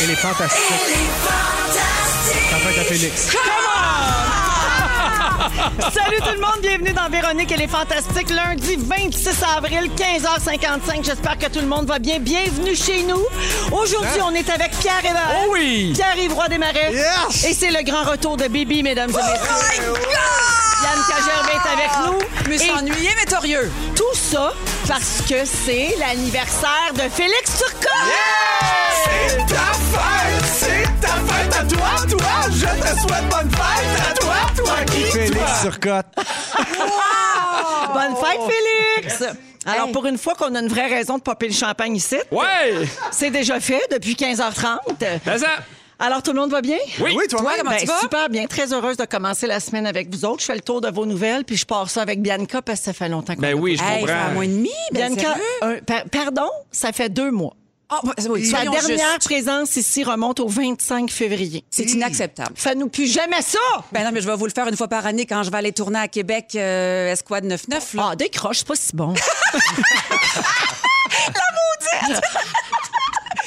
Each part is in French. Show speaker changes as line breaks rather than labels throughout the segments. Elle est fantastique. Ça fait à Félix.
Salut tout le monde, bienvenue dans Véronique elle est fantastique. Lundi 26 avril, 15h55. J'espère que tout le monde va bien. Bienvenue chez nous. Aujourd'hui, on est avec Pierre Hébert.
Hein? Oh oui!
Pierre Yvroy Desmarais.
Yes! Ah!
Et c'est le grand retour de Bibi, mesdames et messieurs. Yann Cagerbe est avec nous.
Je me suis
Et
ennuyée, mais torieux.
tout ça parce que c'est l'anniversaire de Félix Turcotte.
C'est ta fête, c'est ta fête à toi, toi. Je te souhaite bonne fête à toi, toi qui
Félix
toi.
Turcotte. Oh!
Bonne fête, Félix! Alors, pour une fois qu'on a une vraie raison de popper le champagne ici,
Ouais!
c'est déjà fait depuis 15h30.
Ben ça!
Alors, tout le monde va bien?
Oui!
Oui, toi,
Ah, comment
Ben,
tu vas?
Super bien. Très heureuse de commencer la semaine avec vous autres. Je fais le tour de vos nouvelles, puis je pars ça avec Bianca parce que ça fait longtemps qu'on
Ben
l'a
oui,
pas
je
Hey, ça fait un
comprends.
mois et demi,
vu.
ben
Bianca,
sérieux?
un- par- pardon, ça fait deux mois.
Ah, bah, oui,
Sa
soyons
dernière
justes.
présence ici remonte au 25 février.
C'est inacceptable.
Ça nous pue jamais ça!
Ben non, mais je vais vous le faire une fois par année quand je vais aller tourner à Québec, euh, Esquad 99. là.
Ah, décroche, c'est pas si bon.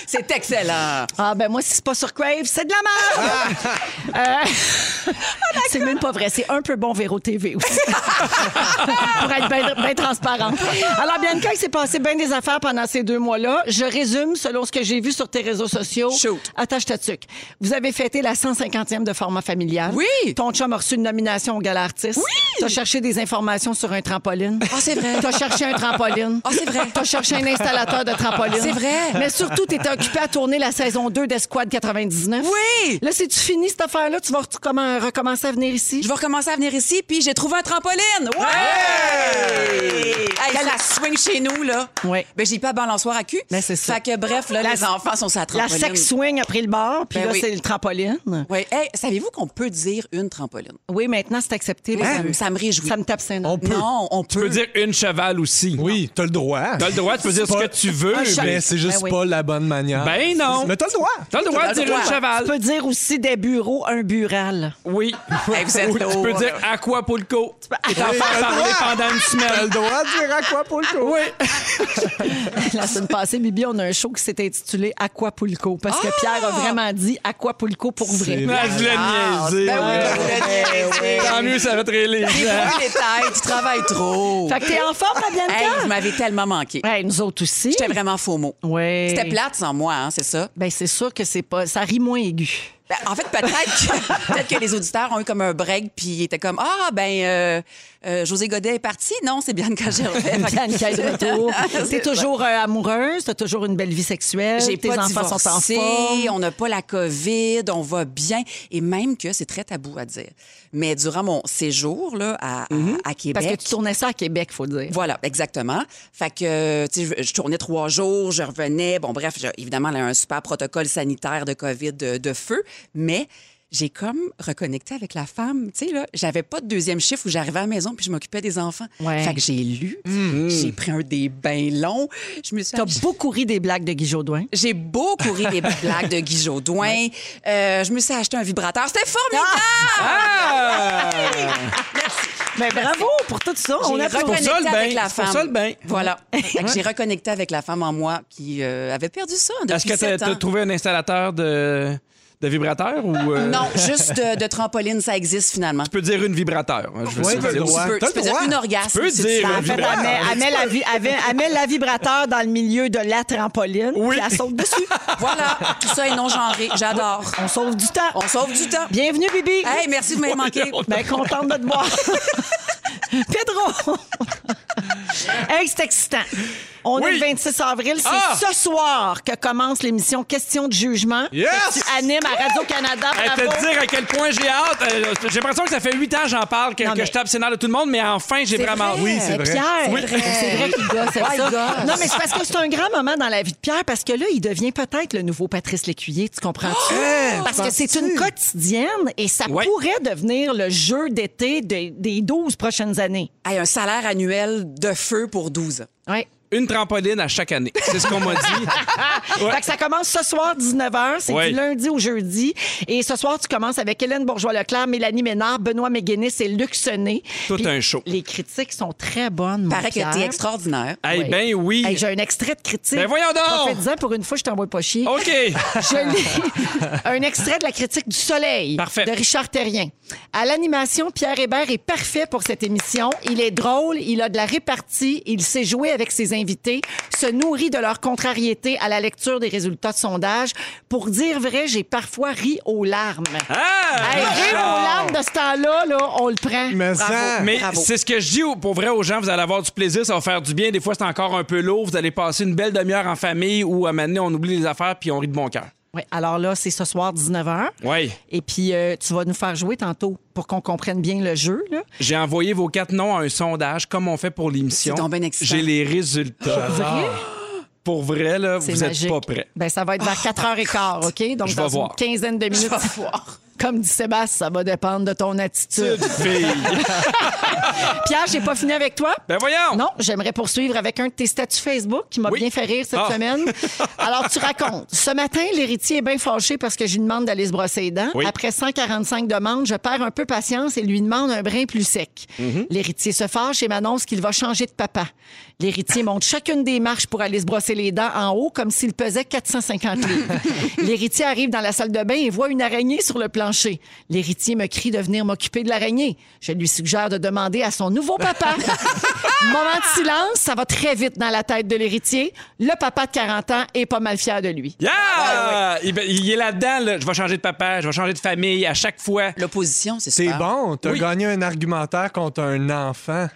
C'est excellent.
Ah ben moi, si c'est pas sur Crave, c'est de la merde!
Ah!
Euh, c'est même pas vrai. C'est un peu bon Véro TV aussi. Pour être bien transparent. Alors, Bianca, il s'est passé bien des affaires pendant ces deux mois-là. Je résume selon ce que j'ai vu sur tes réseaux sociaux.
Shoot.
Attache ta tuque. Vous avez fêté la 150e de format familial.
Oui.
Ton chum a reçu une nomination au Gala Artiste. Oui. T'as cherché des informations sur un trampoline.
Ah, c'est vrai.
T'as cherché un trampoline.
Ah, c'est vrai.
T'as cherché un installateur de trampoline.
C'est vrai.
Mais surtout, t'étais occupé à tourner la saison 2 d'Esquad 99.
Oui.
Là, si tu finis cette affaire-là, tu vas recommen- recommencer à venir ici.
Je vais recommencer à venir ici, puis j'ai trouvé un trampoline. Ouais! Hey, ça swing chez nous, là.
Ouais.
Ben, j'ai pas à balançoire à cul.
Ben, c'est ça.
Fait que, bref, là, les enfants sont sur la
La
trampoline.
sex swing a pris le bord, puis
Ben
là,
oui.
c'est le trampoline.
Oui. Hey, savez-vous qu'on peut dire une trampoline?
Oui, maintenant, c'est accepté.
Mais
les
ça me-
amis.
ça me réjouit.
Ça me tape ses nerfs.
On peut.
Non, on
Tu
peut.
peux dire une cheval aussi.
Oui, t'as le droit.
T'as le droit, tu peux dire ce que tu veux.
un cheval.
mais-
Mais c'est juste
Ben oui.
pas la bonne manière.
Ben non.
Mais t'as le droit.
T'as le droit
T'as
de
le
dire une
droit.
On
cheval.
peut dire aussi des bureaux, un bural.
Oui.
Hey, vous êtes
Ou tu
lourds,
peux
là.
dire aquapulco. Et t'en
Oui, t'as
faire
le
parler
droit.
pendant une
T'as le
semaine.
droit de dire à quoi pour le coup. Oui.
La semaine passée, Bibi, on a un show qui s'est intitulé Aquapulco, parce que Pierre a vraiment dit Aquapulco pour vrai.
Ah, je l'ai niaisé.
Ben oui,
Ouais.
vous l'êtes niaisé.
Tant mieux, ça va très
Des
léger.
fois, les tailles, tu travailles trop.
Fait que t'es en forme, la Bianca?
Hey, vous m'avez tellement manqué.
Hey, nous autres aussi.
J'étais vraiment faux mot.
Ouais.
C'était plate sans moi, hein, c'est ça?
Ben, c'est sûr que c'est pas. Ça rit moins aigu.
Ben, en fait, peut-être que, peut-être que les auditeurs ont eu comme un break, puis ils étaient comme Ah, ben, euh, euh, José Godet est parti. Non, c'est Bianca Gervais. Fait que-
Bianca est de retour.
Ah,
T'es toujours euh, amoureuse, t'as toujours une belle vie sexuelle.
J'ai
tes
pas
enfants sont en
divorcé,
forme.
on n'a pas la COVID, on va bien. Et même que c'est très tabou à dire. Mais durant mon séjour là, à, à- à Québec.
Mhm. Parce que tu tournais ça à Québec, faut dire.
Voilà, exactement. Fait que, tu sais, je, je tournais trois jours, je revenais. Bon, bref, je- évidemment, là, un super protocole sanitaire de COVID de, de feu, mais j'ai comme reconnecté avec la femme. Tu sais, là, j'avais pas de deuxième chiffre où j'arrivais à la maison puis je m'occupais des enfants.
Ouais.
Fait que j'ai lu, j'ai pris un des bains longs, je me suis
T'as beaucoup ri des blagues de Guy Jodoin.
j'ai beaucoup ri des blagues de Guy Jodoin. Euh, je me suis acheté un vibrateur. C'était formidable!
Ah!
Mais bravo pour tout ça.
J'ai
On a
reconnecté
ça, le bain.
avec la
C'est pour
femme.
ça, le bain.
Voilà. Fait que J'ai reconnecté avec la femme en moi qui euh, avait perdu ça depuis
Est-ce que t'as-
sept
t'as
ans.
trouvé un installateur de, de vibrateur ou. euh,
Non, juste de, de trampoline, ça existe finalement.
Tu peux dire une vibrateur. hein, je veux
Oui,
dire.
t'as le droit.
Tu peux,
T'as
tu peux
le
dire
droit.
une orgasme.
Tu peux
si
dire
veux.
un
En fait, elle met, elle met la, vi- elle met- elle met la vibrateur dans le milieu de la trampoline,
Oui.
puis elle saute dessus.
Voilà, tout ça est non genré. J'adore.
On sauve du temps.
On sauve du temps.
Bienvenue, Bibi.
Hey, merci de m'avoir manqué.
Ben, contente de te voir. Pedro! hey, c'est excitant. On est le
Oui.
26 avril. C'est
Ah!
ce soir que commence l'émission Question de jugement.
Yes!
que Tu animes à Radio-Canada.
Hey, te
Bravo.
dire à quel point j'ai hâte. Euh, J'ai l'impression que ça fait huit ans que j'en parle, que,
Non,
que
mais-
je tape scénar de tout le monde, mais enfin, j'ai
C'est
vraiment.
vrai.
Oui, c'est vrai.
Eh, Pierre, c'est vrai qu'il gosse avec
My
ça.
God.
Non, mais c'est parce que c'est un grand moment dans la vie de Pierre, parce que là, il devient peut-être le nouveau Patrice Lécuyer, tu comprends-tu? parce que c'est une quotidienne et ça
Ouais.
pourrait devenir le jeu d'été des des 12 prochaines années.
Hey, un salaire annuel de feu pour 12 ans.
Ouais.
une trampoline à chaque année. C'est ce qu'on m'a dit. Ouais.
Fait que ça commence ce soir, 19h. C'est
Ouais.
du lundi au jeudi. Et ce soir, tu commences avec Hélène Bourgeois-Leclerc, Mélanie Ménard, Benoît McGuinness et Luc Sené.
Tout
Puis
un show.
Les critiques sont très bonnes, mon
Paraît que
Pierre.
t'es extraordinaire.
Eh ben oui.
Hey, J'ai un extrait de critique.
Ben voyons donc! Oh,
Profite-en pour une fois, je t'envoie pas chier.
OK.
Je lis un extrait de la critique du Soleil
Parfait.
de Richard Terrien. À l'animation, Pierre Hébert est parfait pour cette émission. Il est drôle, il a de la répartie, il sait jouer avec ses invités, se nourrit de leur contrariété à la lecture des résultats de sondage. Pour dire vrai, j'ai parfois ri aux larmes.
Ah,
Hey, rire
Richard.
aux larmes de ce temps-là, là, on le prend.
Mais ça.
Mais
Bravo.
c'est ce que je dis au- pour vrai aux gens, vous allez avoir du plaisir, ça va faire du bien. Des fois, c'est encore un peu lourd. Vous allez passer une belle demi-heure en famille ou à un moment donné, on oublie les affaires puis on rit de bon cœur.
Ouais, alors là, c'est ce soir 19h.
Oui.
Et puis, euh, tu vas nous faire jouer tantôt pour qu'on comprenne bien le jeu. Là.
J'ai envoyé vos quatre noms à un sondage, comme on fait pour l'émission.
C'est donc bien excitant.
J'ai les résultats. Ah!
Vrai?
Pour vrai, là, vous
C'est
n'êtes
magique.
pas prêts.
Ben, ça va être vers 4h15, OK? Donc,
Ah, Je
dans
vais
une
voir.
quinzaine de minutes. Comme dit Sébastien, ça va dépendre de ton attitude.
Fille.
Pierre, j'ai pas fini avec toi.
Ben voyons.
Non, j'aimerais poursuivre avec un de tes statuts Facebook qui m'a
Oui.
bien fait rire cette
Ah.
semaine. Alors, tu racontes. Ce matin, l'héritier est bien fâché parce que je lui demande d'aller se brosser les dents.
Oui.
Après 145 demandes, je perds un peu patience et lui demande un brin plus sec. L'héritier se fâche et m'annonce qu'il va changer de papa. L'héritier monte chacune des marches pour aller se brosser les dents en haut comme s'il pesait 450 livres. l'héritier arrive dans la salle de bain et voit une araignée sur le plancher. L'héritier me crie de venir m'occuper de l'araignée. Je lui suggère de demander à son nouveau papa. Moment de silence, ça va très vite dans la tête de l'héritier. Le papa de 40 ans est pas mal fier de lui.
Yeah! Il, ben, il est là-dedans, là. Je vais changer de papa, je vais changer de famille à chaque fois.
L'opposition, c'est
C'est
super.
bon, t'as
Oui.
gagné un argumentaire contre un enfant.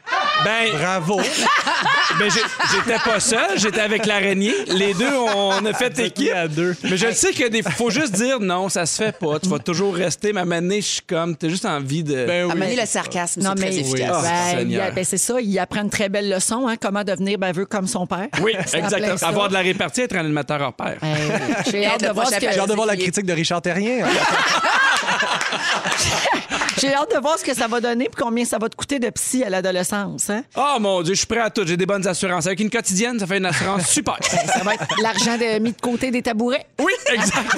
Ben,
Bravo.
ben, j'ai- j'étais pas seul, j'étais avec l'araignée. Les deux, on a fait équipe.
à deux.
Mais je le sais que des faut juste dire non, ça se fait pas. Tu vas toujours rester. Ma manée, je suis comme, t'as juste envie de.
Ben oui.
Amener le sarcasme,
Non,
c'est
mais
très efficace.
Ah,
Ouais, il y a-
Seigneur.
ben, c'est ça, il apprend une très belle leçon, hein, comment devenir baveux comme son père.
oui,
C'est en plein
exactement.
ça.
Avoir de la répartie, être un animateur hors pair.
Ben, J'ai hâte de
le
voir ce
prochain
que-
J'ai hâte de voir la
Essayez.
critique de Richard Terrien.
j'ai hâte de voir ce que ça va donner et combien ça va te coûter de psy à l'adolescence. hein.
Oh mon Dieu, je suis prêt à tout. J'ai des bonnes assurances. Avec une quotidienne, ça fait une assurance super.
Ça va être l'argent de- mis de côté des tabourets.
Oui, exact.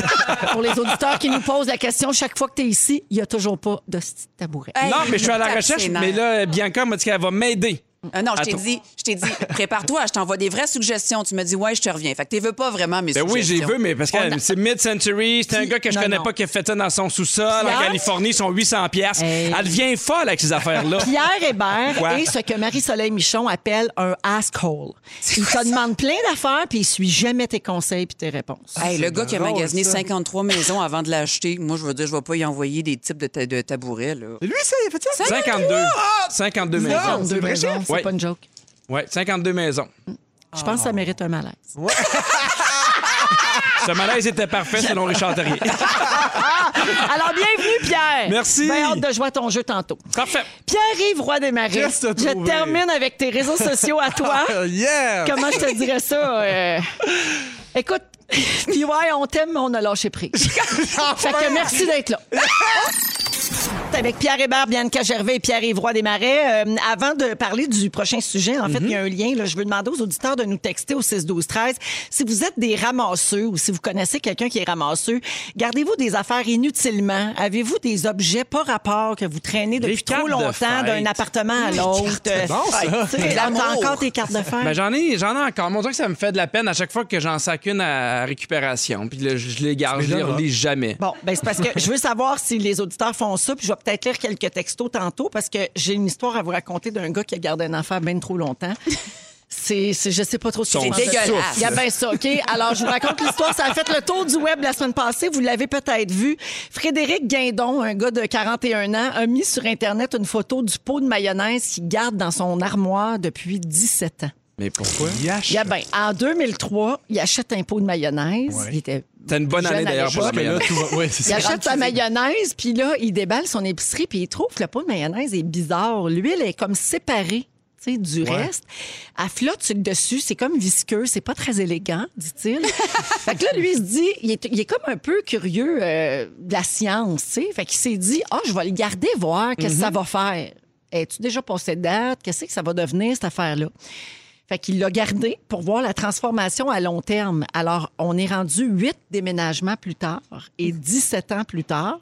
Pour les auditeurs qui nous posent la question, chaque fois que tu es ici, il n'y a toujours pas de petit tabouret.
Hey,
Ah. Non, mais je suis à la
tape
recherche.
ses nerfs.
Mais là, Bianca m'a dit qu'elle va m'aider.
Ah non, je t'ai
Attends.
dit, je t'ai dit, prépare-toi, je t'envoie des vraies suggestions. Tu me dis, ouais, je te reviens. Fait que tu veux pas vraiment mes
Ben oui, j'ai
suggestions.
vu, mais parce que
On a-
c'est mid-century, c'est un
Puis-
gars que je
non,
connais
non.
pas qui a fait ça dans son sous-sol en
Pierre?
Californie, son 800 pièces.
Hey.
Elle devient folle avec ces affaires-là.
Pierre Hébert
Quoi?
est ce que Marie-Soleil Michon appelle un asshole. Il te demande plein d'affaires, puis il suit jamais tes conseils puis tes réponses.
Hey, le gars qui a
drôle,
magasiné
ça.
53 maisons avant de l'acheter, moi, je veux dire, je vais pas y envoyer des types de, ta- de tabourets, là.
Lui, ça, il a fait ça.
52. 52 maisons.
52
c'est vrai,
maisons,
chef?
Ah, c'est
Ouais.
pas une joke.
Ouais, 52 maisons.
Je pense que ça mérite un malaise.
Ce malaise était parfait selon Richard Terrier.
Alors, bienvenue, Pierre.
Merci.
Bien hâte de jouer à ton jeu tantôt.
Parfait.
Pierre-Yves Roy des Marais,
Qu'est-ce que t'as
je
trouvé?
termine avec tes réseaux sociaux à toi.
hein? Yeah!
Comment je te dirais ça? euh, Écoute, puis ouais, on t'aime, mais on a lâché prise.
Ah
fait que merci d'être là. Avec Pierre Hébert, Bianca Gervais et Pierre-Yves Roy Desmarais. Euh, avant de parler du prochain sujet, en fait,
Mhm.
il y a un lien. là. je veux demander aux auditeurs de nous texter au 6-12-13. Si vous êtes des ramasseux ou si vous connaissez quelqu'un qui est ramasseux, gardez-vous des affaires inutilement. Avez-vous des objets pas rapport que vous traînez
Des
depuis trop
cartes de
longtemps d'un
fête.
appartement à l'autre?
bon, ça.
Tu sais,
L'amour.
T'as encore tes cartes de fête?
Ben, j'en ai, j'en ai encore. Mon Dieu, que ça me fait de la peine à chaque fois que j'en sac une à récupération. Puis là, je je les garde, je les
là,
relis jamais.
Bon, ben c'est parce que je veux savoir si les auditeurs font ça, puis je vais peut-être lire quelques textos tantôt parce que j'ai une histoire à vous raconter d'un gars qui a gardé un enfant bien trop longtemps. C'est, c'est- je sais pas trop ce
Son
que
souffle.
Il y a bien ça, OK? Alors, je vous raconte l'histoire. Ça a fait le tour du web la semaine passée. Vous l'avez peut-être vu. Frédéric Guindon, un gars de 41 ans, a mis sur Internet une photo du pot de mayonnaise qu'il garde dans son armoire depuis 17 ans.
Mais pourquoi?
Yash.
Il y a ben, en 2003, il achète un pot de mayonnaise.
Ouais.
Il était
T'as une bonne
Jeune
année d'ailleurs pour
Juste
à
la
que là,
mayonnaise.
tout va. Ouais, c'est
il
ça.
achète sa mayonnaise, puis là, il déballe son épicerie, puis il trouve que le pot de mayonnaise est bizarre. L'huile est comme séparée tu sais, du reste. Elle flotte sur le dessus, c'est comme visqueux, c'est pas très élégant, dit-il. fait que là, lui, il se dit, il est, il est comme un peu curieux euh, de la science, tu sais. Fait qu'il s'est dit, ah, je vais le garder voir, qu'est-ce que ça va faire. Es-tu déjà passé date? Qu'est-ce que ça va devenir, cette affaire-là? Fait qu'il l'a gardé pour voir la transformation à long terme. Alors, on est rendu huit déménagements plus tard et 17 ans plus tard.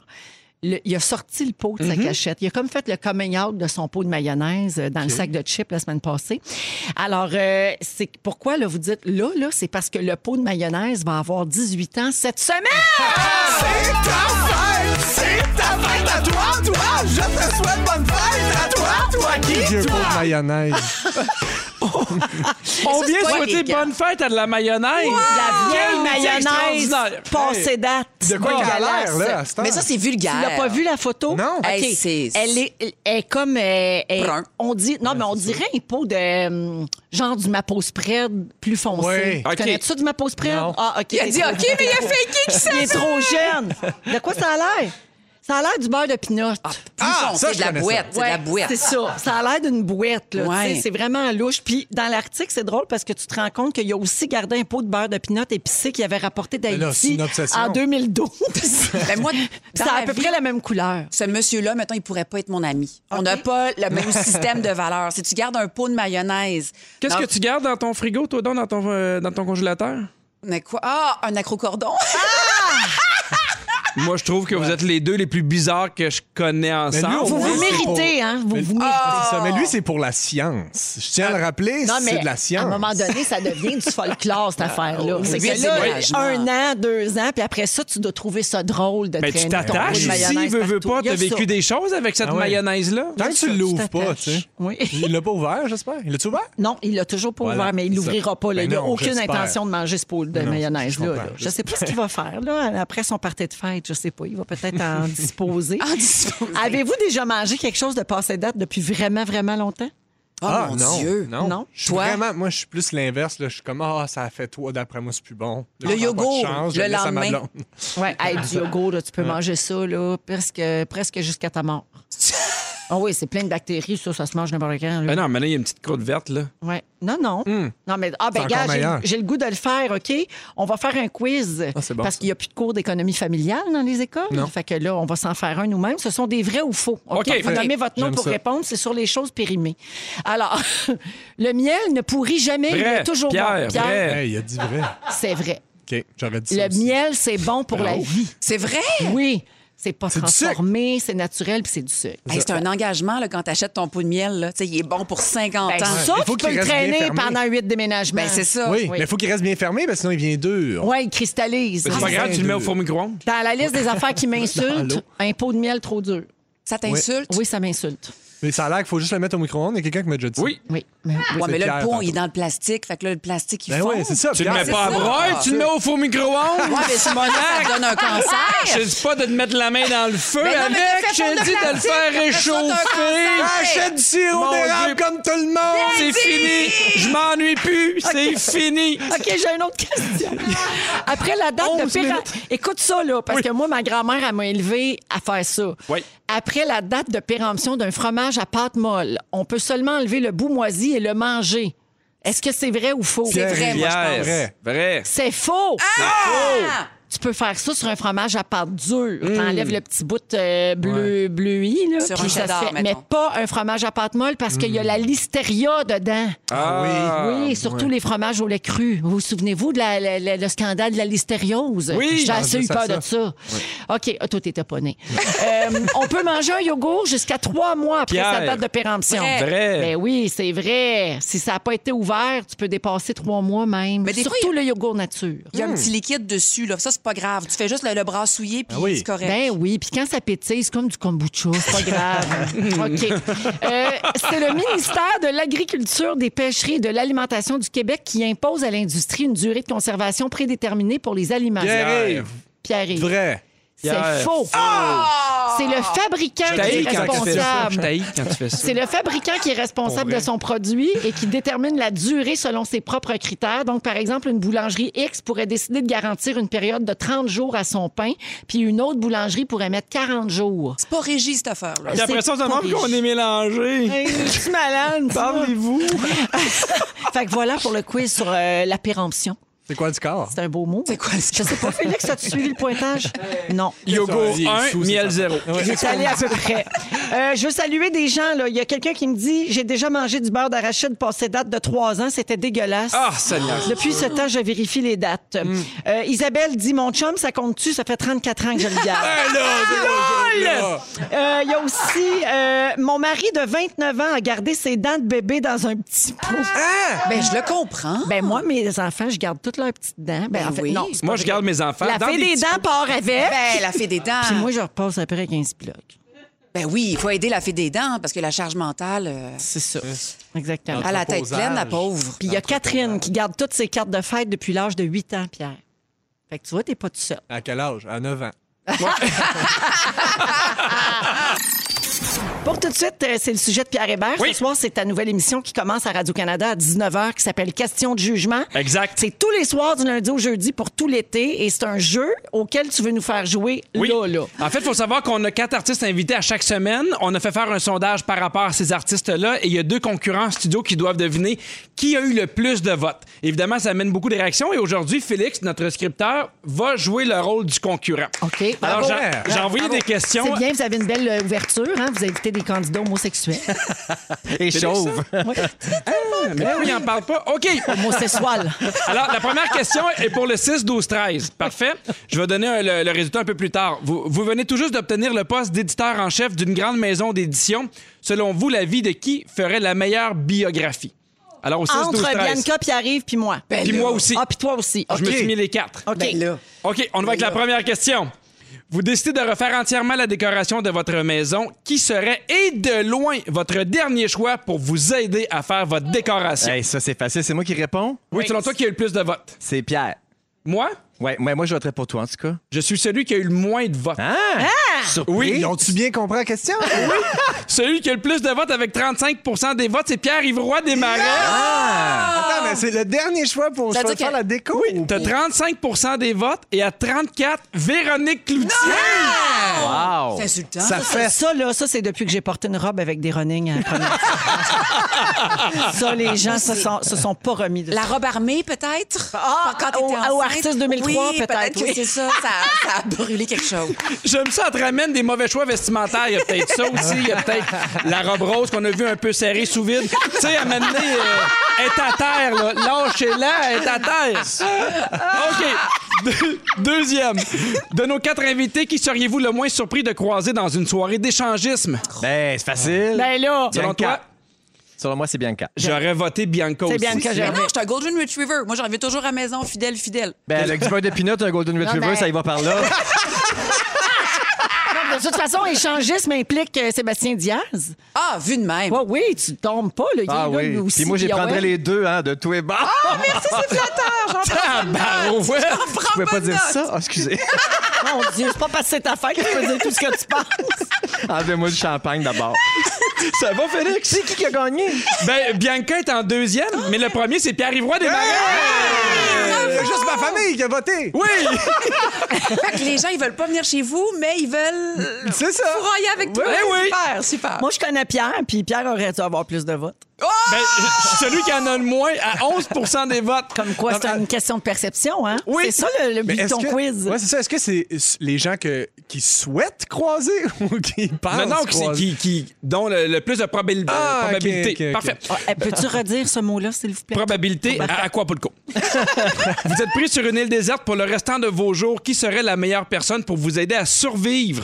le- il a sorti le pot de sa cachette. Il a comme fait le coming out de son pot de mayonnaise euh, dans le sac de chips la semaine passée. Alors, euh, c'est pourquoi là, vous dites là, là, c'est parce que le pot de mayonnaise va avoir 18 ans cette semaine!
C'est ta fête, c'est ta fête à toi, toi. Je te souhaite bonne fête à toi, toi
J'ai un
qui,
pot de
toi.
mayonnaise.
On vient
pas
souhaiter
élégant.
bonne fête à de la mayonnaise.
Ah,
La vieille
Quelle idée
mayonnaise
extraordinaire.
passée date.
De quoi qu'il a l'air, là, à ce temps?
Mais ça, c'est vulgaire.
Tu l'as pas vu la photo?
Non.
OK.
Hey, c'est-
elle, est, elle est comme. euh, elle-
Brun.
on dit. Non, mais on dirait un pot de. hum, genre du mapo spread plus foncé.
Ouais.
Tu
OK.
connais-tu du mapo spread?
Non.
Ah, OK.
Il a dit OK, mais il a fait qui qui
Il est trop jeune. De quoi ça a l'air? Ça a l'air du beurre de pinot.
Plus
Ah,
foncé,
ça, je
de la
connais ça.
bouette. C'est de la
Ouais,
bouette.
C'est ça. Ça a l'air d'une bouette. là.
Ouais.
Tu sais, C'est vraiment louche. Puis dans l'article, c'est drôle parce que tu te rends compte qu'il a aussi gardé un pot de beurre de pinot épicé qu'il avait rapporté
là, c'est
d'Haïti
une obsession.
en 2012.
Ben, moi,
Puis
dans
ça a à
la
peu
vie,
près la même couleur.
ce monsieur-là, mettons, il pourrait pas être mon ami. On n'a pas le même système de valeurs. Si tu gardes un pot de mayonnaise.
Qu'est-ce
dans-
que tu gardes dans ton frigo, toi, donc, dans ton, euh, dans ton congélateur?
Mais quoi? Ah, un acrocordon.
Moi, je trouve que vous êtes les deux les plus bizarres que je connais ensemble.
au
Vous
moins,
vous
c'est
méritez,
pour-
hein? Vous
Mais-
vous méritez. Ah.
C'est ça, mais lui, c'est pour la science. Je tiens à le rappeler,
Non, mais
c'est de la science.
à un moment donné, ça devient du folklore, cette affaire-là. C'est
Huit
que là,
déménagements.
un an, deux ans, puis après ça, tu dois trouver ça drôle de
Mais tu
traîner ton pot
t'attaches.
de
Si,
mayonnaise
veux, veux
partout.
pas,
Il y a
t'as vécu
ça.
des choses avec cette
Ah ouais.
mayonnaise-là.
Tant que tu l'ouvres pas,
t'attaches.
tu sais.
Oui.
Il l'a pas ouvert, j'espère. Il l'a-tu ouvert?
Non, il l'a toujours pas
Voilà,
ouvert, mais il
c'est
l'ouvrira
ça.
pas. Là.
Ben
il n'a
non,
aucune
j'espère.
intention de manger ce pot de
Non,
mayonnaise-là.
je
là.
comprends.
Je ne sais pas ce qu'il va faire là, après son party de fête. Je sais pas. Il va peut-être en disposer.
En disposer.
Avez-vous déjà mangé quelque chose de passé date depuis vraiment, vraiment longtemps?
Oh mon
Ah, non,
Dieu.
non.
Non.
Je suis
Toi?
vraiment, moi, je suis plus l'inverse. là. Je suis comme, ah, ça a fait toi, d'après moi, c'est plus bon. Là,
Le
ça a pas de
yogourt,
chance, je
le
laisse à ma
lendemain.
blonde.
Oui, hey, du yogourt, là, tu peux manger ça là, presque, presque jusqu'à ta mort. Ah oui, c'est plein de bactéries, ça, ça se mange n'importe quand. là.
Ben non, mais là, il y a une petite croûte verte, là.
Ouais. Non, non. Non, mais ah, ben,
Hmm. C'est
gars,
encore meilleur. Ah,
j'ai- j'ai le goût de le faire, OK? On va faire un quiz.
c'est bon,
parce
ça.
qu'il n'y a plus de cours d'économie familiale dans les écoles.
Non.
Fait que là, on va s'en faire un nous-mêmes. Ce sont des vrais ou faux. OK.
OK,
Vous
fait-
nommez votre nom
J'aime
pour
ça.
répondre. C'est sur les choses périmées. Alors, le miel ne pourrit jamais. il
Vrai.
est toujours
Pierre,
bon. Pierre,
vrai.
Hey, il a dit vrai.
c'est vrai.
OK, j'aurais dit ça.
Le
aussi.
miel, c'est bon pour la vie.
C'est vrai?
Oui. C'est pas
du sucre.
transformé, c'est naturel, puis c'est du sucre.
Hey, c'est un engagement là, quand t'achètes ton pot de miel. Là. Tu sais, Il est bon pour 50
Ben,
ans.
ça,
Il faut
tu peux
qu'il
le
reste bien
traîner
fermé.
pendant huit déménagements.
Ben, c'est ça.
Oui,
Oui.
mais il faut qu'il reste bien fermé, parce que sinon, il vient dur.
Oui, il cristallise.
C'est pas
c'est
grave, tu le mets au four micro-ondes.
Dans la liste des affaires qui
l'eau.
m'insultent, un pot de miel trop dur.
Ça t'insulte?
Oui, ça m'insulte.
Mais ça a l'air qu'il faut juste le mettre au micro-ondes. Il y a quelqu'un qui m'a déjà dit. ça.
Oui.
Oui. mais oui.
Ouais, mais
C'est
là, le
Pierre,
pot, il est dans le plastique. Fait que là, le plastique, il
Ben
fond.
oui, c'est ça.
Tu le
Pierre.
mets pas à
ça.
broyer, tu le mets au four micro-ondes.
Ouais, mais ça donne un
Je
cancer.
te dis pas de te mettre la main dans le feu
Mais non, mais
avec,
fais
je
pas
te
de
dis de le
plastique,
faire
après ça, t'as un
réchauffer.
cancer.
Achète Ah, du sirop
Mon
d'érable
Dieu.
comme tout le monde.
C'est fini, je m'ennuie plus, c'est fini.
OK, j'ai une autre question. Après la date de
Onze
péremption.
minutes.
Écoute ça, là, parce que moi, ma grand-mère, elle m'a élevé à faire ça.
Oui.
Après la date de péremption d'un fromage à pâte molle, on peut seulement enlever le bout moisi et le manger. Est-ce que c'est vrai ou faux?
C'est vrai, Ah! moi, je
Pierre,
pense.
Vrai. Oh!
vrai.
C'est faux! Tu peux faire ça sur un fromage à pâte dure.
Mmh.
T'enlèves le petit bout euh, bleu, bleuy, là.
Sur
puis
un
ça se
cheddar,
fait-
mettons.
Mais pas un fromage à pâte molle parce qu'il y a la listeria dedans.
Mmh. Ah
oui, surtout les fromages au lait cru. Vous vous souvenez-vous de la- la- la- le scandale de la listériose?
Oui.
J'ai
Ah,
assez eu
ça,
peur
ça.
de ça. OK, ah, toi, t'étais pas né. Euh, on peut manger un yogourt jusqu'à trois mois après
Pierre.
sa date de péremption.
Vrai.
Vrai.
Ben oui, c'est vrai. Si ça n'a pas été ouvert, tu peux dépasser trois mois même.
Mais des fois,
Surtout le yogourt nature.
Il y
Hmm.
a un petit liquide dessus. Là. Ça, c'est pas grave. Tu fais juste le, le bras souillé, puis
Ah oui.
c'est correct.
Ben oui, puis quand ça pétille, c'est comme du kombucha, c'est pas grave. OK. Euh, c'est le ministère de l'Agriculture, des Pêcheries et de l'Alimentation du Québec qui impose à l'industrie une durée de conservation prédéterminée pour les aliments.
Pierre-Yves,
Pierre-Yves,
vrai.
c'est
Pierre.
faux.
Ah!
C'est le fabricant
Ah!
qui
Je t'haïs
est
quand tu fais ça. Je
responsable.
t'haïs quand tu fais ça.
C'est le fabricant qui est responsable de son produit et qui détermine la durée selon ses propres critères. Donc, par exemple, une boulangerie X pourrait décider de garantir une période de 30 jours à son pain, puis une autre boulangerie pourrait mettre 40 jours.
C'est pas régi, cette affaire-là.
Puis après
c'est
ça, on se demande
pas
qu'on
riche.
est mélangés.
Tu malade,
Parlez-vous.
Fait que voilà pour le quiz sur euh, la péremption.
C'est quoi du corps?
C'est un beau mot. C'est quoi Je sais pas, Félix, as-tu suivi le pointage? Non.
Yogourt
Il est
1,
sous, c'est
miel
ça.
0.
Il est allé à peu près. Euh, je veux saluer des gens. Là. Il y a quelqu'un qui me dit J'ai déjà mangé du beurre d'arachide passé date de 3 ans. C'était dégueulasse.
Ah, Seigneur.
Depuis ce temps, je vérifie les dates. Euh, Isabelle dit Mon chum, ça compte-tu Ça fait 34 ans que je le garde.
Ben là, c'est pas
Euh,
là.
Il y a aussi euh, Mon mari de 29 ans a gardé ses dents de bébé dans un petit pot.
Ben, je le comprends.
Ben moi, mes enfants, je garde toutes leurs petites dents. Ben,
Ben
en fait,
oui.
non. c'est
Moi,
pas
je
vrai.
garde mes enfants
La
dans
fée
des
des
petits
dents part avec.
Ben, la fée des dents.
Puis moi, je repasse après 15 blocs.
Ben oui, il faut aider la fée des dents parce que la charge mentale, euh,
C'est ça. Exactement.
à la tête
Entreposage.
pleine, la pauvre.
Puis il y a Catherine qui garde toutes ses cartes de fête depuis l'âge de 8 ans, Pierre. Fait que tu vois, t'es pas tout seul.
À quel âge? À 9 ans.
Pour tout de suite, euh, c'est le sujet de Pierre Hébert.
Oui.
Ce soir, c'est ta nouvelle émission qui commence à Radio-Canada à 19h qui s'appelle Question de jugement.
Exact.
C'est tous les soirs du lundi au jeudi pour tout l'été et c'est un jeu auquel tu veux nous faire jouer
Oui.
là, là.
En fait, il faut savoir qu'on a quatre artistes invités à chaque semaine. On a fait faire un sondage par rapport à ces artistes-là et il y a deux concurrents en studio qui doivent deviner qui a eu le plus de votes. Évidemment, ça amène beaucoup de réactions et aujourd'hui, Félix, notre scripteur, va jouer le rôle du concurrent.
OK.
Ah,
Alors,
Bravo.
j'ai- j'ai envoyé des questions.
C'est bien, vous avez une belle euh, ouverture. Hein? Vous invitez des candidats homosexuels.
Et chauve. hein?
hein?
Ah, mais oui, il n'en parle pas. OK.
Homosexuel.
Alors, la première question est pour le 6, 12, 13. Parfait. Je vais donner un- le, le résultat un peu plus tard. Vous, vous venez tout juste d'obtenir le poste d'éditeur en chef d'une grande maison d'édition. Selon vous, la vie de qui ferait la meilleure biographie? Alors, au 6, 12,
Entre
13.
Bianca, Pierre-Yves, puis moi.
Puis moi aussi.
Ah, puis toi aussi.
Ben, Je me Ben, suis mis les quatre.
OK.
Ben
OK, on va avec la première question. Vous décidez de refaire entièrement la décoration de votre maison. Qui serait, et de loin, votre dernier choix pour vous aider à faire votre décoration?
Hey, ça, c'est facile. C'est moi qui réponds.
Oui, selon toi, qui a eu le plus de votes?
C'est Pierre.
Moi,
Ouais, moi, moi, je voterais pour toi, en tout cas.
je suis celui qui a eu le moins de votes.
Ah! Surpris.
Oui.
Ils ont-tu bien compris la question?
Celui qui a le plus de votes avec 35 des votes, c'est Pierre-Yves Roy Desmarais.
Attends, mais c'est le dernier choix pour
Ça veut
faire
dire que-
la déco. ou-
T'as 35 des votes et à 34, Véronique Cloutier.
Wow!
C'est insultant.
Ça fait
Ah, Ça, là, ça, c'est depuis que j'ai porté une robe avec des runnings à la première fois. ça, les gens se sont, se sont pas remis de
La
ça.
robe armée, peut-être?
Ah,
Quand t'étais
au-
enceinte?
au Artiste 2003,
Oui,
peut-être,
que
oui. Ah,
C'est ça, ça, ça a brûlé quelque chose.
J'aime ça, elle te ramène des mauvais choix vestimentaires. Il y a peut-être ça aussi. Il y a peut-être la robe rose qu'on a vue un peu serrée sous vide. Tu sais, à un moment donné, euh, elle est à terre. Là. Lâchez-la, elle est à terre. OK. Deux- Deuxième. De nos quatre invités, qui seriez-vous le moins surpris de croiser dans une soirée d'échangisme?
Ben, c'est facile.
Ben là,
Selon toi,
Selon moi, c'est Bianca.
j'aurais voté Bianca
c'est
aussi. hein.
Bianca
Mais
Gervais.
Ben non, je suis un Golden Retriever. Moi, j'en reviens toujours à la maison, fidèle, fidèle.
Ben, avec du beurre de peanut, un Golden Retriever,
ben-
ça y va par là.
De toute façon, échangisme implique euh, Sébastien Diaz.
Ah, vu de même.
Ouais, oui, tu tombes pas, là. Il
Ah
est là,
oui.
lui aussi.
Puis moi, j'y
Ah ouais.
prendrais les deux, hein, de tous et bords.
Ah, ben,
Tabarou, ouais.
Vous pouvez pas dire ça? Ah, excusez.
Mon Dieu, c'est pas parce que c'est ta fête que tu peux dire tout ce que tu penses.
Enlevez-moi du champagne d'abord. ça va, Félix? C'est qui qui a gagné?
Ben, Bianca est en deuxième, mais le premier, c'est Pierre-Yves Roy des
Il y a juste ma famille qui a voté.
Oui!
Fait que les gens, ils veulent pas venir chez vous, mais ils veulent.
C'est ça.
Fourroyer avec toi.
Ben oui.
Super, super.
Moi, je connais Pierre, puis Pierre aurait dû avoir plus de votes.
Ben, je suis celui qui en a le moins à 11 des votes.
Comme quoi, c'est une question de perception, hein?
Oui.
C'est ça le, le but de
est-ce
ton
que-
quiz.
Ouais, c'est ça. Est-ce que c'est les gens que, qui souhaitent croiser ou qui pensent
Non, non, qui,
croiser?
qui, qui- dont le, le plus de probabil- euh,
Ah, ok,
probabilité.
ok, ok.
Parfait.
Ah, eh, Peux-tu redire ce mot-là, s'il vous plaît?
Probabilité à Acapulco. vous êtes pris sur une île déserte pour le restant de vos jours. Qui serait la meilleure personne pour vous aider à survivre?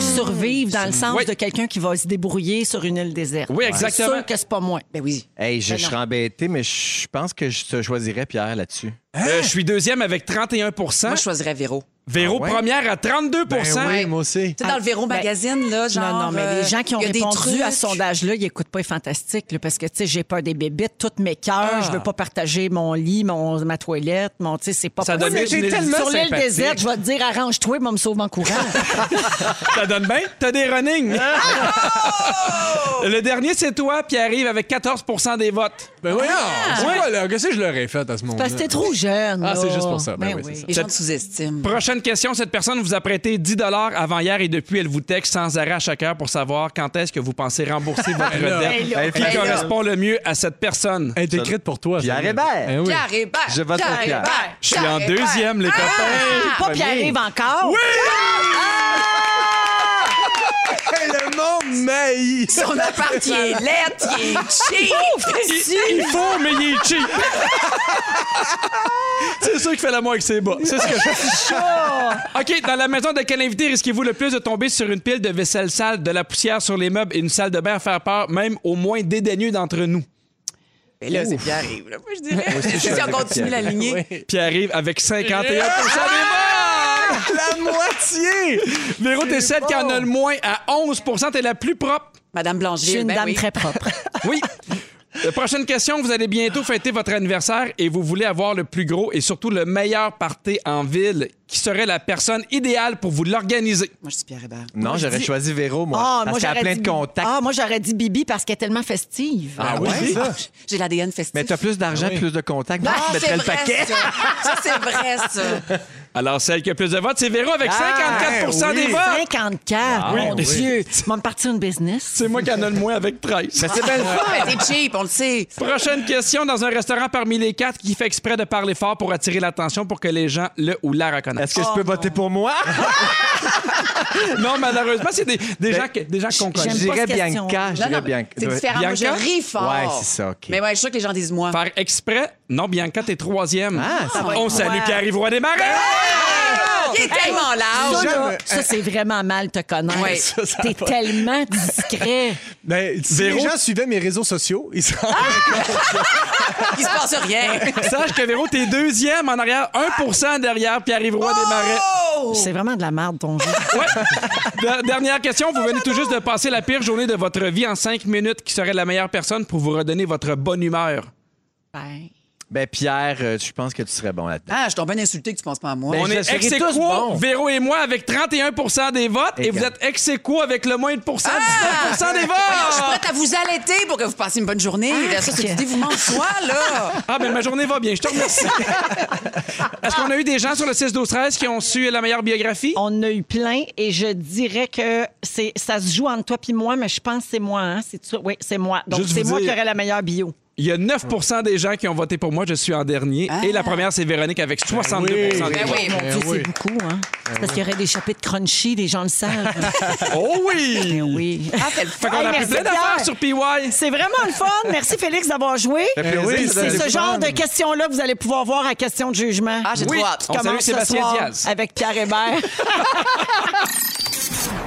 survivre dans le sens
Oui.
de quelqu'un qui va se débrouiller sur une île déserte.
Oui, exactement.
C'est sûr que c'est pas moi.
Ben oui.
Hey, je,
Ben
je
non.
serais embêté, mais je pense que je te choisirais Pierre là-dessus.
Euh, je suis deuxième avec 31
Moi, je choisirais Véro.
Véro
Ah ouais?
première à 32
Ben oui, moi aussi.
Tu sais, dans le Véro
Ben,
magazine, là, genre.
non, non, mais les
euh,
gens qui ont
il y a des
répondu à
trucs.
ce sondage-là, ils écoutent pas les fantastiques, là, parce que, tu sais, j'ai peur des bébites, toutes mes cœurs, je veux pas partager mon lit, mon, ma toilette, mon, tu sais, c'est pas
Ça
possible.
donne Mais j'ai une- tellement
Sur l'île
sympathique.
déserte, je vais te dire, arrange-toi, moi, me sauve en courant.
Ça donne bien? T'as des running.
Ah!
le dernier, c'est toi, puis arrive avec 14 des votes.
Ben voyons, c'est quoi, là? Qu'est-ce que je l'aurais fait à ce moment-là?
Ah! parce que t'es trop jeune.
Ah, c'est
là.
juste pour ça. Ben oui, c'est ça.
Les gens te sous-estiment.
Prochaine question. Cette personne vous a prêté 10 avant hier et depuis, elle vous texte sans arrêt à chaque heure pour savoir quand est-ce que vous pensez rembourser votre
Ben là.
dette
Hey,
qui
Pierre-
correspond le mieux à cette personne.
Elle est écrite pour toi.
Pierre
celle-là.
Hébert.
Eh oui.
Pierre Hébert.
Je vote pour Pierre.
Hébert.
Je suis en
Pierre
deuxième,
Ah!
les
Ah, ben
copains.
Pas Pierre-Yves encore. Oui!
Hey, le monde m'haït.
Son appart, il est lettre, il est cheap.
Il, il faut, mais il est cheap. C'est sûr qu'il fait l'amour avec ses bas. C'est ce que je fais. OK, dans la maison de quel invité risquez-vous le plus de tomber sur une pile de vaisselle sale, de la poussière sur les meubles et une salle de bain à faire peur, même au moins dédaigneux d'entre nous?
Mais là, c'est bien arrive. Là, moi, je dirais. Si on continue la lignée.
Puis arrive avec 51 des votes.
La moitié.
Véro, t'es celle qui en a le moins à 11 T'es la plus propre.
Madame Blancheville.
Je suis une
ben
dame
oui.
très propre.
Oui. Euh, Prochaine question, vous allez bientôt fêter votre anniversaire et vous voulez avoir le plus gros et surtout le meilleur party en ville. Qui serait la personne idéale pour vous l'organiser?
Moi, je dis Pierre Hébert.
Non, j'aurais choisi Véro, moi.
Ah,
parce qu'elle a
j'aurais
plein
dit
de
Bibi.
contacts.
Ah, moi, j'aurais dit Bibi parce qu'elle est tellement festive.
Ah oui?
J'ai l'ADN festif.
Mais t'as plus d'argent, plus de contacts. Moi, je
Ah,
mettrais
c'est
le
vrai,
paquet.
ça. Ça, c'est vrai, ça.
Alors, celle qui a plus de votes, c'est Véro avec 54
Ah, oui.
Ah, des votes.
54, mon
oui.
Dieu. Tu vas me partir une business.
C'est moi qui en a le moins avec 13.
Mais c'est belle
Mais c'est cheap, on le sait.
Prochaine question, dans un restaurant parmi les quatre qui fait exprès de parler fort pour attirer l'attention pour que les gens le ou la reconnaissent.
Est-ce que je peux voter pour moi?
Non, malheureusement, c'est des, des gens, que- des gens qu'on
Je
pas
connaît.
dirais
cette question.
Bianca.
Non,
Je
non,
dirais Bianca.
C'est
Ouais.
différent. Moi, je
Bianca?
ris fort.
Ouais, c'est ça, OK.
Mais ouais, je suis sûr que les gens disent moi.
Faire exprès? Non, Bianca, t'es troisième.
Ah, ça
On salue Pierre-Yves Roy des Marais.
Il est tellement large.
Ça, là,
J'aime-
ça, c'est vraiment mal te connaître.
Ouais.
T'es tellement discret.
Ben, si
Véro-
les gens suivaient mes réseaux sociaux, ils seraient...
Il se passe rien.
Sache que Véro, t'es deuxième en arrière, 1 derrière Pierre-Yves Roy des Marais.
Oh!
C'est vraiment de la merde, ton jeu.
Ouais. De- Dernière question, vous venez tout juste de passer la pire journée de votre vie en cinq minutes. Qui serait la meilleure personne pour vous redonner votre bonne humeur?
Ben,
Ben, Pierre, euh, je pense que tu serais bon là-dedans.
Ah, je tombe bien insulté que tu penses pas à moi.
Ben,
On
je
est
serais
ex
tous bons.
Véro et moi, avec 31 des votes, et,
Et
vous
quand-
êtes ex aequo avec le moins de pourcent, 19 des
Ah! Voyons, je suis
votes!
prête à vous allaiter pour que vous passiez une bonne journée. ça, c'est du
ok.
dévouement de soi, là.
Ah, ben ma journée va bien, je te remercie. Est-ce qu'on a eu des gens sur le 6-12-13 qui ont su la meilleure biographie?
on a eu plein et je dirais que c'est ça se joue entre toi puis moi, mais je pense que c'est moi. Hein? C'est toi? Oui, c'est moi. Donc,
Juste
c'est
vous
moi
dire-
qui aurais la meilleure bio.
Il y a 9 des gens qui ont voté pour moi, je suis en dernier. Et la première, c'est Véronique avec 62 des votes.
Ben Ah. oui,
Eh Mon
mon-
Dieu, c'est beaucoup. Hein?
Eh
C'est parce qu'il y aurait des chapitres crunchy, les gens le savent.
Oh oui!
Eh oui.
Ah, c'est le
Fait qu'on
Hey,
a pris
merci,
plein d'affaires
Pierre.
sur PY.
C'est vraiment le fun. Merci, Félix, d'avoir joué.
Euh, oui,
C'est
c'est
ce genre de questions-là que vous allez pouvoir voir à question de jugement.
Ah, j'ai
Oui.
trop hâte.
On salue
commence ce
Sébastien
soir
Diaz.
Avec Pierre Hébert.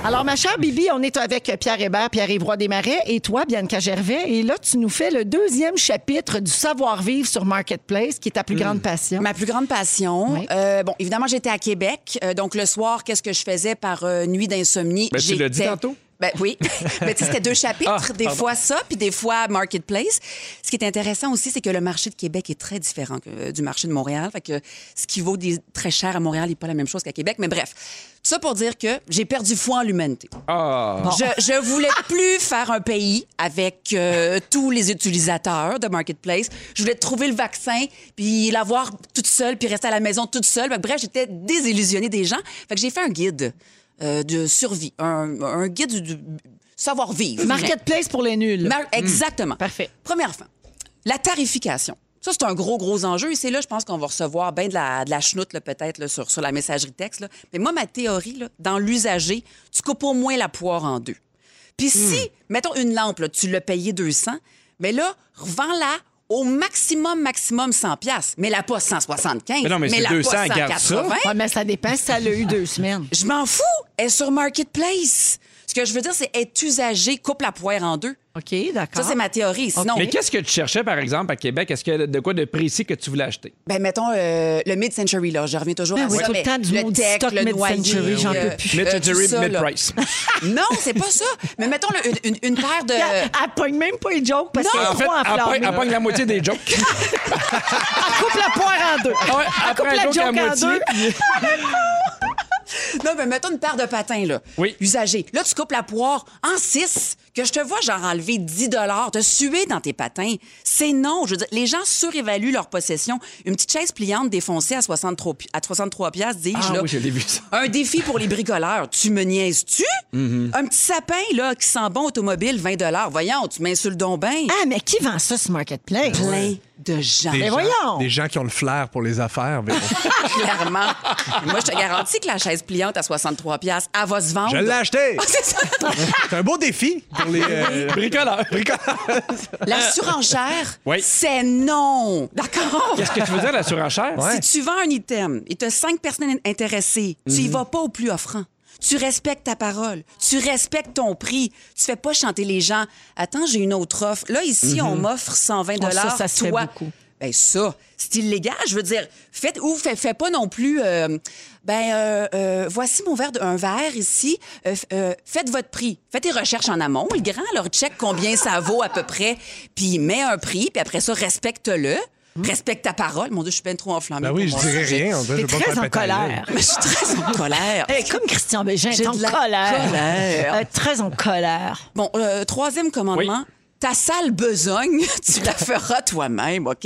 Alors, ma chère Bibi, on est avec Pierre Hébert, Pierre-Yves Roy Desmarais et toi, Bianca Gervais. Et là, tu nous fais le deuxième chapitre du savoir-vivre sur Marketplace, qui est ta plus grande passion.
Ma plus grande passion.
Oui.
euh, bon, évidemment, j'étais à Québec. euh, donc, le soir, qu'est-ce que je faisais par euh, nuit d'insomnie?
Ben, tu l'as dit
J'étais-
tantôt.
Ben oui. Mais tu sais, c'était deux chapitres.
Ah,
des
pardon.
fois ça, puis des fois Marketplace. Ce qui est intéressant aussi, c'est que le marché de Québec est très différent que, euh, du marché de Montréal. Fait que ce qui vaut des, très cher à Montréal n'est pas la même chose qu'à Québec. Mais bref, tout ça pour dire que j'ai perdu foi en l'humanité.
Ah.
Je, je voulais plus faire un pays avec euh, tous les utilisateurs de Marketplace. Je voulais trouver le vaccin, puis l'avoir toute seule, puis rester à la maison toute seule. Fait que Bref, j'étais désillusionnée des gens. Fait que j'ai fait un guide euh, de survie, un, un guide du, du savoir-vivre.
Marketplace pour les nuls.
Hmm.
Mar- Exactement.
Parfait.
Première fin, la tarification. Ça, c'est un gros, gros enjeu. Et c'est là, je pense qu'on va recevoir bien de la, de la chenoute, là, peut-être, là, sur, sur la messagerie texte. là. Mais moi, ma théorie, là, dans l'usager, tu coupes au moins la poire en deux.
Hmm.
Puis si, mettons une lampe, là, tu l'as payée 200, mais là, revends-la au maximum, maximum 100 pièces. Mais la pas 175.
Mais non, mais c'est
la
200,
pas
garde ça.
180.
Ouais, mais ça dépend si ça l'a eu deux semaines.
Je m'en fous. Elle est sur Marketplace. Ce que je veux dire, c'est être usagé, coupe la poire en deux.
OK, d'accord.
Ça, c'est ma théorie. Sinon,
Mais qu'est-ce que tu cherchais, par exemple, à Québec? Est-ce que de quoi de précis que tu voulais acheter?
Ben, mettons, euh, le mid-century, là, je reviens toujours
Ben
à
oui,
ça.
tout le
mais
temps du mot du
tech,
stock
le noyer,
mid-century, j'en
euh,
peux plus.
euh,
Mid-century,
tout ça, là.
mid-price.
non, c'est pas ça. Mais mettons là, une, une- une paire de...
Elle, elle pogne même pas les jokes parce
Non,
qu'elle est
en fait,
trop
elle pogne-
enflammée.
elle pogne la moitié des jokes.
Elle coupe la poire en deux.
Ah ouais,
Elle coupe
après un
la
joke à
joke en
moitié,
deux.
Non, mais mettons une paire de patins, là.
Oui.
Usagés. Là, tu coupes la poire en six, que je te vois, genre, enlever 10 te suer dans tes patins. C'est non. Je veux dire, les gens surévaluent leur possession. Une petite chaise pliante défoncée à 63, pi- à 63 piastres, dis-je,
Ah
là.
oui, je l'ai vu, ça.
Un défi pour les bricoleurs. Tu me niaises-tu?
Mm-hmm.
Un petit sapin, là, qui sent bon automobile, 20 Voyons, tu m'insultes donc bien.
Ah, mais qui vend ça sur Marketplace?
Plein de gens.
Des gens-
Ah, ben voyons!
Ah,
Des gens qui ont le flair pour les affaires, Véro.
clairement. Et moi, je te garantis que la chaise pliante boîte à 63 pièces, elle va se vendre.
Je l'ai acheté.
C'est ça.
C'est un beau défi pour les euh,
Bricoleur.
bricoleurs.
La
Euh,
surenchère,
Oui.
c'est non. D'accord?
Qu'est-ce que tu veux dire, la surenchère?
Ouais.
Si tu vends un item et tu as cinq personnes in- intéressées, tu
Mhm.
y vas pas au plus offrant. Tu respectes ta parole. Tu respectes ton prix. Tu fais pas chanter les gens. Attends, j'ai une autre offre. Là, ici, on m'offre 120
Oh, Mhm. ça, ça se fait
Toi,
beaucoup.
Ben ça, c'est illégal. Je veux dire, faites ou fais, fais pas non plus. euh, ben euh, euh, voici mon verre, de- un verre ici. Euh, f- euh, faites votre prix. Faites tes recherches en amont. Le grand leur check combien ça vaut à peu près. Puis mets un prix. Puis après ça, respecte-le. Respecte ta parole. Mon Dieu, je suis bien trop enflammée.
Ben oui,
pour
je
mon
dirais
sujet.
rien. on dirait,
T'es
je vais pas
très
faire
en
péter la gueule.
colère.
Mais je suis très en colère.
Eh, comme Christian Bégin,
J'ai
est en
de la
colère.
colère.
Euh, très en colère.
Bon, euh, troisième commandement. Ta sale besogne, tu la feras toi-même, OK?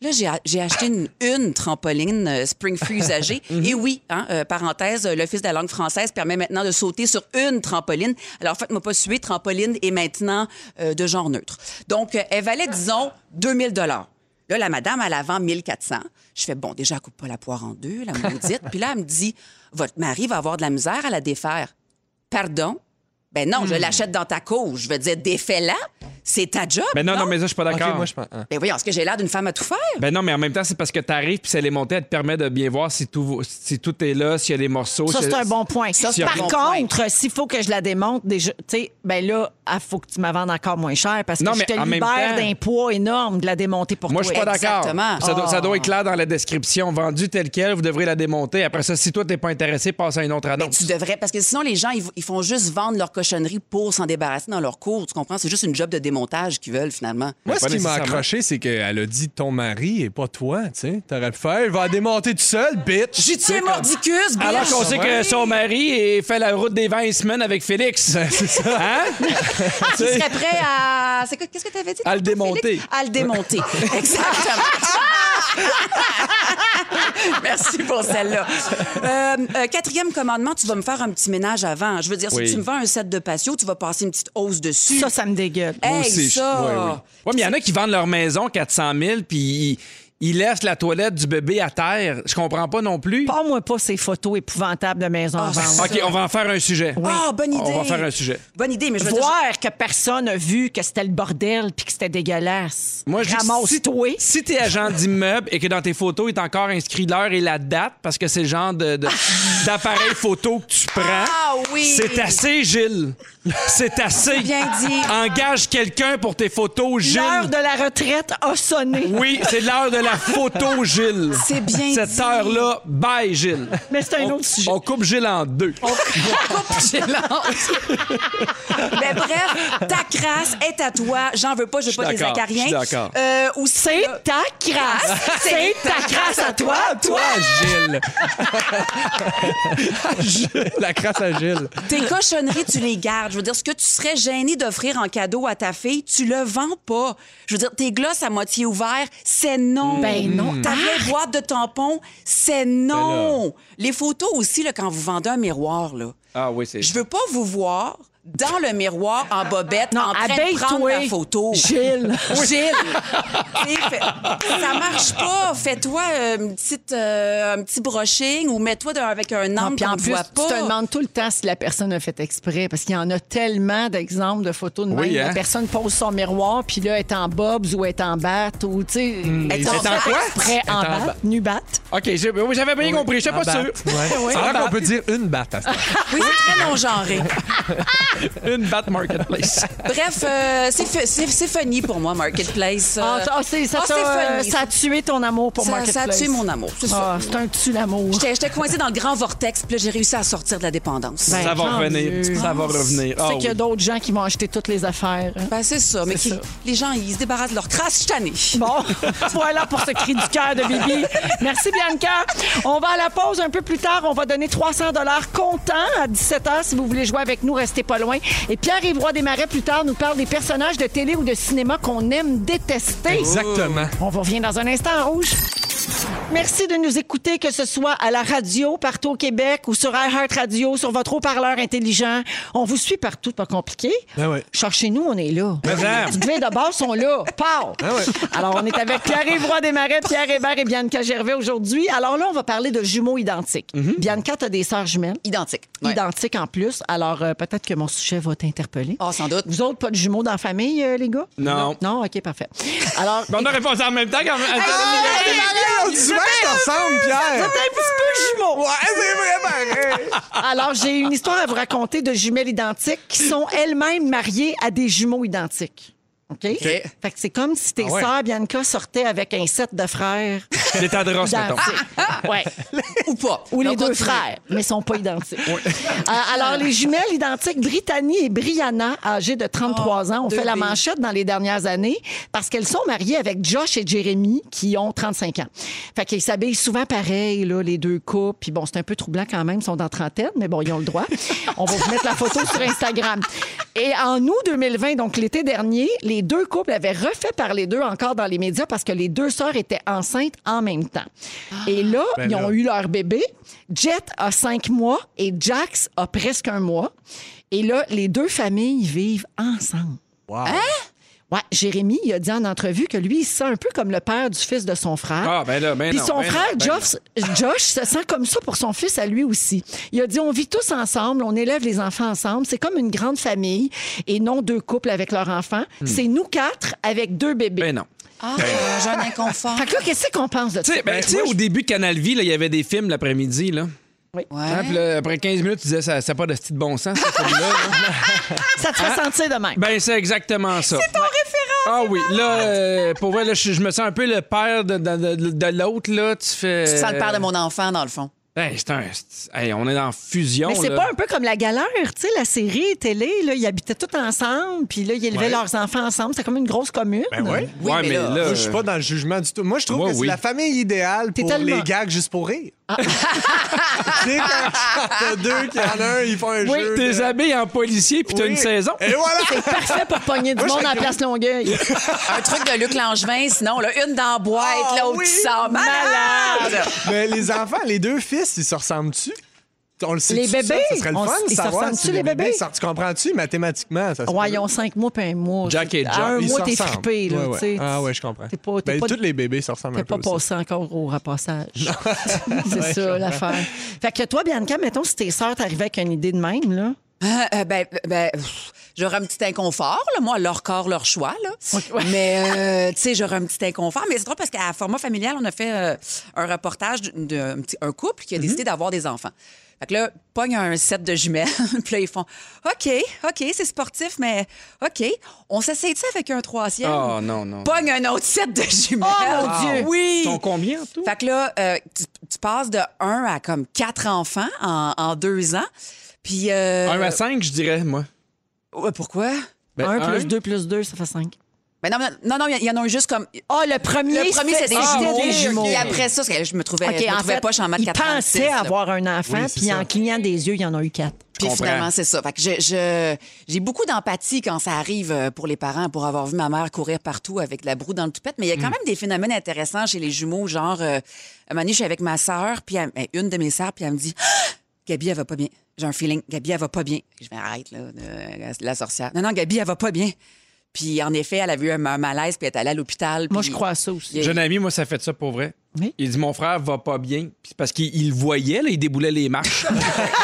Là, j'ai a- j'ai acheté une, une trampoline euh, Spring Free usagée. Et oui, hein, euh, parenthèse, euh, l'Office de la langue française permet maintenant de sauter sur une trampoline. Alors, faites-moi pas suer, trampoline est maintenant euh, de genre neutre. Donc, euh, elle valait, disons, 2000 Là, la madame, elle la vend 1400. Je fais, bon, déjà, elle coupe pas la poire en deux, la maudite. Puis là, elle me dit, votre mari va avoir de la misère à la défaire. Pardon? Ben non,
Hmm.
je l'achète dans ta cour. Je veux dire, défais-la. C'est ta job.
Ben non, non, mais ça, je suis pas
OK,
d'accord.
moi, je pense. hein.
Ben voyons, est-ce que j'ai l'air d'une femme à tout faire?
Ben non, mais en même temps, c'est parce que t'arrives puis si elle est montée, elle te permet de bien voir si tout, si tout est là, s'il y a des morceaux.
Ça,
si-
c'est un bon point.
Ça, c'est
Par
un bon
contre, s'il faut que je la démonte, déjà, tu sais, ben là, il faut que tu me vendes encore moins cher parce que
Non,
je
mais
te
en même
libère
temps-
d'un poids énorme de la démonter pour
Moi, je
toi.
suis pas d'accord.
Exactement.
Ça, doit- ça doit être clair dans la description. Vendu tel quel, vous devrez la démonter. Après ça, si toi, t'es pas intéressé, passe à une autre annonce.
Tu devrais, parce que sinon, les gens, ils, ils font juste vendre leur cochonnerie pour s'en débarrasser dans leur cours. Tu comprends? C'est juste une job de démontage qu'ils veulent, finalement.
Moi, ce
pas
qui m'a
nécessairement.
accroché, c'est qu'elle a dit ton mari et pas toi. Tu sais, t'aurais pu faire. Il va la démonter tout seul, bitch.
J'y tiens mordicus,
Alors
bitch!
qu'on sait que son mari est- fait la route des 20 semaines avec Félix. c'est ça. Hein?
Tu serais prêt à. c'est quoi- Qu'est-ce que tu avais dit?
À le démonter.
Félix? À le démonter. Exactement. Merci pour celle-là. Euh, euh, quatrième commandement, tu vas me faire un petit ménage avant. Je veux dire, si
Oui.
tu me vends un set de patio, tu vas passer une petite hausse dessus.
Ça, ça me dégueule.
Hey,
aussi, je-
ça!
ouais, oui.
Oui, mais il y en a qui vendent leur maison 400 000 puis ils, ils laissent la toilette du bébé à terre. Je comprends pas non plus.
Parle-moi pas ces photos épouvantables de maison
Oh,
en vente.
OK, on va en faire un sujet.
Ah, bonne idée.
On va faire un sujet.
Bonne idée, mais je veux dire,
Voir que personne a vu que c'était le bordel puis que c'était dégueulasse.
Moi, je dis,
Ramasse-toi.
si, si t'es agent d'immeuble et que dans tes photos, il est encore inscrit l'heure et la date, parce que c'est le genre de, de- d'appareil photo que tu prends,
Ah oui!
c'est assez, Gilles. C'est assez.
bien dit.
Engage quelqu'un pour tes photos, Gilles.
L'heure de la retraite a sonné.
Oui, c'est l'heure de la photo, Gilles.
C'est bien
Cette
dit.
heure-là, bye, Gilles.
Mais c'est un
On-
autre sujet.
On coupe Gilles en deux.
Mais bref, ta crasse est à toi. J'en veux pas, je veux pas tes
d'accord,
acariens.
je suis d'accord.
Euh, ou
C'est ta crasse.
Ah,
C'est ta crasse à toi.
Toi, Gilles. la crasse à Gilles.
Tes cochonneries, tu les gardes. Je veux dire, ce que tu serais gêné d'offrir en cadeau à ta fille, tu le vends pas. Je veux dire, tes glosses à moitié ouvertes, c'est non.
Ben non.
Ah!
Ta vraie boîte de tampons, c'est non. Les photos aussi, là, quand vous vendez un miroir, là.
Ah oui, c'est.
Je veux pas vous voir dans le miroir en bobette
Non,
en train de
habille-toi,
prendre la photo.
Gilles.
Gilles, T'sais, fait- ça marche pas. Fais-toi euh, une petite, euh, un petit brushing ou mets-toi d'un- avec un
Non,
angle
puis
qu'on
en
ne
plus,
voit
tu
pas.
te demandes tout le temps si la personne a fait exprès, parce qu'il y en a tellement d'exemples de photos de même.
Oui, hein?
La personne pose son miroir, puis là, elle est en bobs ou elle est en batte, ou tu sais, elle
Elle est en
fait
quoi?
exprès
Elle Hmm.
en,
est en
batte,
batte.
nu batte.
OK, j'ai- oui, j'avais bien compris. Je pas
Batte.
sûr.
Ouais.
Oui.
Ça a
En
l'air qu'on
batte.
peut dire une batte à ce temps.
Oui, c'est très non-genré.
Une Bat Marketplace.
Bref, euh, c'est fu- c'est c'est funny pour moi, Marketplace.
Ah,
Euh,
ah, c'est- ça,
ah,
t'a, euh,
c'est funny.
ça a tué ton amour pour
Ça-
Marketplace.
ça a tué mon amour, c'est ça.
Ah, c'est un tue l'amour.
J'étais j'étais coincée dans le grand vortex, puis là, j'ai réussi à sortir de la dépendance. Ben,
Ça va
tant mieux.
revenir. Ça va revenir.
Tu
Ah
sais qu'il y a
oui.
d'autres gens qui vont acheter toutes les affaires. hein.
Ben, c'est ça. Mais
C'est
qui-
ça.
les gens, ils se débarrassent de leur crasse, je suis tannée.
Bon, voilà pour ce cri du cœur de Bibi. Merci, Bianca. On va à la pause un peu plus tard. On va donner 300 dollars comptant à 17h si vous voulez jouer avec nous. Restez pas loin. Et Pierre-Yves Roy Desmarais, plus tard, nous parle des personnages de télé ou de cinéma qu'on aime détester.
Exactement.
On vous revient dans un instant, en Rouge. Merci de nous écouter, que ce soit à la radio, partout au Québec ou sur iHeartRadio, sur votre haut-parleur intelligent. On vous suit partout, pas compliqué.
Ben ouais.
Cherchez-nous, on est là.
Mais ça.
Les clés de base sont là. Pow! Alors, on est avec Pierre-Yves Roy Desmarais, Pierre Hébert et Bianca Gervais aujourd'hui. Alors là, on va parler de jumeaux identiques. Bianca, tu as des sœurs jumelles.
Identique. Ouais.
Identiques en plus. Alors, euh, peut-être que mon sujet va t'interpeller.
Ah, sans doute.
Vous autres, pas de jumeaux dans la famille, euh, les gars?
Non.
Non, OK, parfait. Alors,
Mais on a répondu en même temps quand même.
On dit souvent que ça ressemble,
vous êtes un
Pierre.
petit peu jumeaux.
Ouais, c'est vraiment vrai.
Alors, j'ai une histoire à vous raconter de jumelles identiques qui sont elles-mêmes mariées à des jumeaux identiques. OK? Fait que c'est comme si tes
Ah ouais.
sœurs, Bianca, sortaient avec un set de frères
Des tas de rosses, mettons.
identiques. Ouais.
Ou pas.
Ou
Mais
les
on
deux
continue.
frères, mais ne sont pas identiques. Euh, alors, les jumelles identiques, Brittany et Brianna, âgées de 33 ans, ont
deux
fait la
des-
manchette dans les dernières années parce qu'elles sont mariées avec Josh et Jérémy, qui ont 35 ans. Fait qu'ils s'habillent souvent pareil, là, les deux couples. Puis bon, c'est un peu troublant quand même, ils sont dans trentaine, mais bon, ils ont le droit. On va vous mettre la photo sur Instagram. Et en août 2020, donc l'été dernier, les deux couples avaient refait parler d'eux encore dans les médias parce que les deux sœurs étaient enceintes en même temps. Et là,
Ben
ils ont
là.
eu leur bébé. Jet a cinq mois et Jax a presque un mois. Et là, les deux familles vivent ensemble. Ouais, Jérémy, il a dit en entrevue que lui, il se sent un peu comme le père du fils de son frère.
Ah, ben là, ben
Puis
non,
son
ben
frère,
non, ben
Josh, Josh, se sent comme ça pour son fils à lui aussi. Il a dit on vit tous ensemble, on élève les enfants ensemble. C'est comme une grande famille et non deux couples avec leurs enfants. C'est nous quatre avec deux bébés.
Hmm. Ben non.
Ah, j'ai un inconfort.
Fait que là, qu'est-ce qu'on pense de ça?
Tu sais, ben, tu sais, au début de Canal Vie, là, il y avait des films l'après-midi. là.
Ouais.
Hein, puis là, après 15 minutes, tu disais, ça n'a pas de style de bon sens, ce film-là. là.
Ça te fait sentir de même.
ben, c'est exactement ça. C'est ton référent! Ah oui, là, euh, pour vrai, là, je, je me sens un peu le père de, de- de- de l'autre, là. Tu fais.
Tu te sens le père de mon enfant, dans le fond.
Ben, c'est un. c'est- hey, on est en fusion.
Mais c'est
là.
pas un peu comme la galère, tu sais, la série télé, là, ils habitaient tous ensemble, puis là, ils élevaient
Ouais.
leurs enfants ensemble. C'est comme une grosse commune.
Ben ouais.
Ouais, mais,
mais là,
là.
Moi, je suis pas dans le jugement du tout. Moi, je trouve
Euh, Moi,
que c'est
oui.
la famille idéale
T'es
pour
tellement- Ah.
les gags juste pour rire. tu sais, quand t'as deux qui en a un, ils font un
Oui,
jeu.
t'es
de-
habillé en policier, puis t'as
Oui.
une saison.
Euh,
Et voilà!
C'est parfait pour pogner du monde en place Longueuil.
Un truc de Luc Langevin, sinon, là, une dans la boîte,
Ah,
l'autre
oui.
qui sort malade.
Mais les enfants, les deux fils, ils se ressemblent-tu? On le sait.
Les bébés?
Ça, Ça serait le
On
fun,
s- ils se
savoir
ressemblent-tu,
si
les bébés?
ça- Tu comprends-tu mathématiquement? Ça se
Ouais,
peut.
ils ont cinq mois, puis un mois.
Jack et
À
Jack,
un
Ils
mois,
se
t'es
ressemblent.
frippé, là,
Ouais, ouais.
tu sais.
Ah ouais, je comprends.
T'es pas, t'es
Ben,
pas,
tous les bébés se ressemblent
t'es
un peu.
pas
aussi.
passé encore au repassage. c'est ça, l'affaire. Fait que toi, Bianca, mettons, si tes sœurs t'arrivaient avec une idée de même, là.
Euh, euh, ben, ben, pff, j'aurais un petit inconfort, là, moi, leur corps, leur choix, là. Mais, euh, tu sais, j'aurais un petit inconfort. Mais c'est drôle parce qu'à format familial, on a fait euh, un reportage d'un petit- un couple qui a décidé d'avoir des enfants. Fait que là, pogne un set de jumelles, puis là, ils font OK, OK, c'est sportif, mais OK, on s'essaye-tu avec un troisième?
Ah, non, non.
Pogne un autre set de jumelles.
Oh, mon Dieu!
Oui!
Ils sont combien, en tout?
Fait que là, euh, tu, tu passes de un à comme quatre enfants en, en deux ans. Puis. euh,
Un à cinq, je dirais, moi.
ouais, pourquoi?
Ben,
un plus deux plus deux, ça fait cinq.
Mais non, mais- non, non, il y en a un juste comme.
Ah, le premier,
Le premier, c'est des
Ah,
jumeaux.
oui, ok.
Et après ça, c'est- je me trouvais,
OK,
je me
en
trouvais
fait,
poche en maths
il
86.
pensait
là.
avoir un enfant,
Oui, c'est
puis en
ça.
clignant des yeux, il y en a eu quatre.
Puis
comprends.
finalement, c'est ça. Fait que je- je- j'ai beaucoup d'empathie quand ça arrive euh, pour les parents, pour avoir vu ma mère courir partout avec de la broue dans le toupette. Mais il y
Mm.
a quand même des phénomènes intéressants chez les jumeaux. Genre, euh, un moment donné, je suis avec ma sœur, puis elle- ben, une de mes sœurs, puis elle me dit Ah! Gabi, elle va pas bien. J'ai un feeling. Gabi, elle va pas bien. Je vais arrête, là, euh, la sorcière. Non, non, Gabi, elle va pas bien. Puis en effet, elle avait eu un, un malaise, puis elle est allée à l'hôpital.
Moi,
puis-
je crois à ça aussi.
Il-
Jeune ami, moi, ça fait ça pour vrai.
Oui.
Il dit Mon frère va pas bien. Puis parce qu'il il le voyait, là, il déboulait les marches.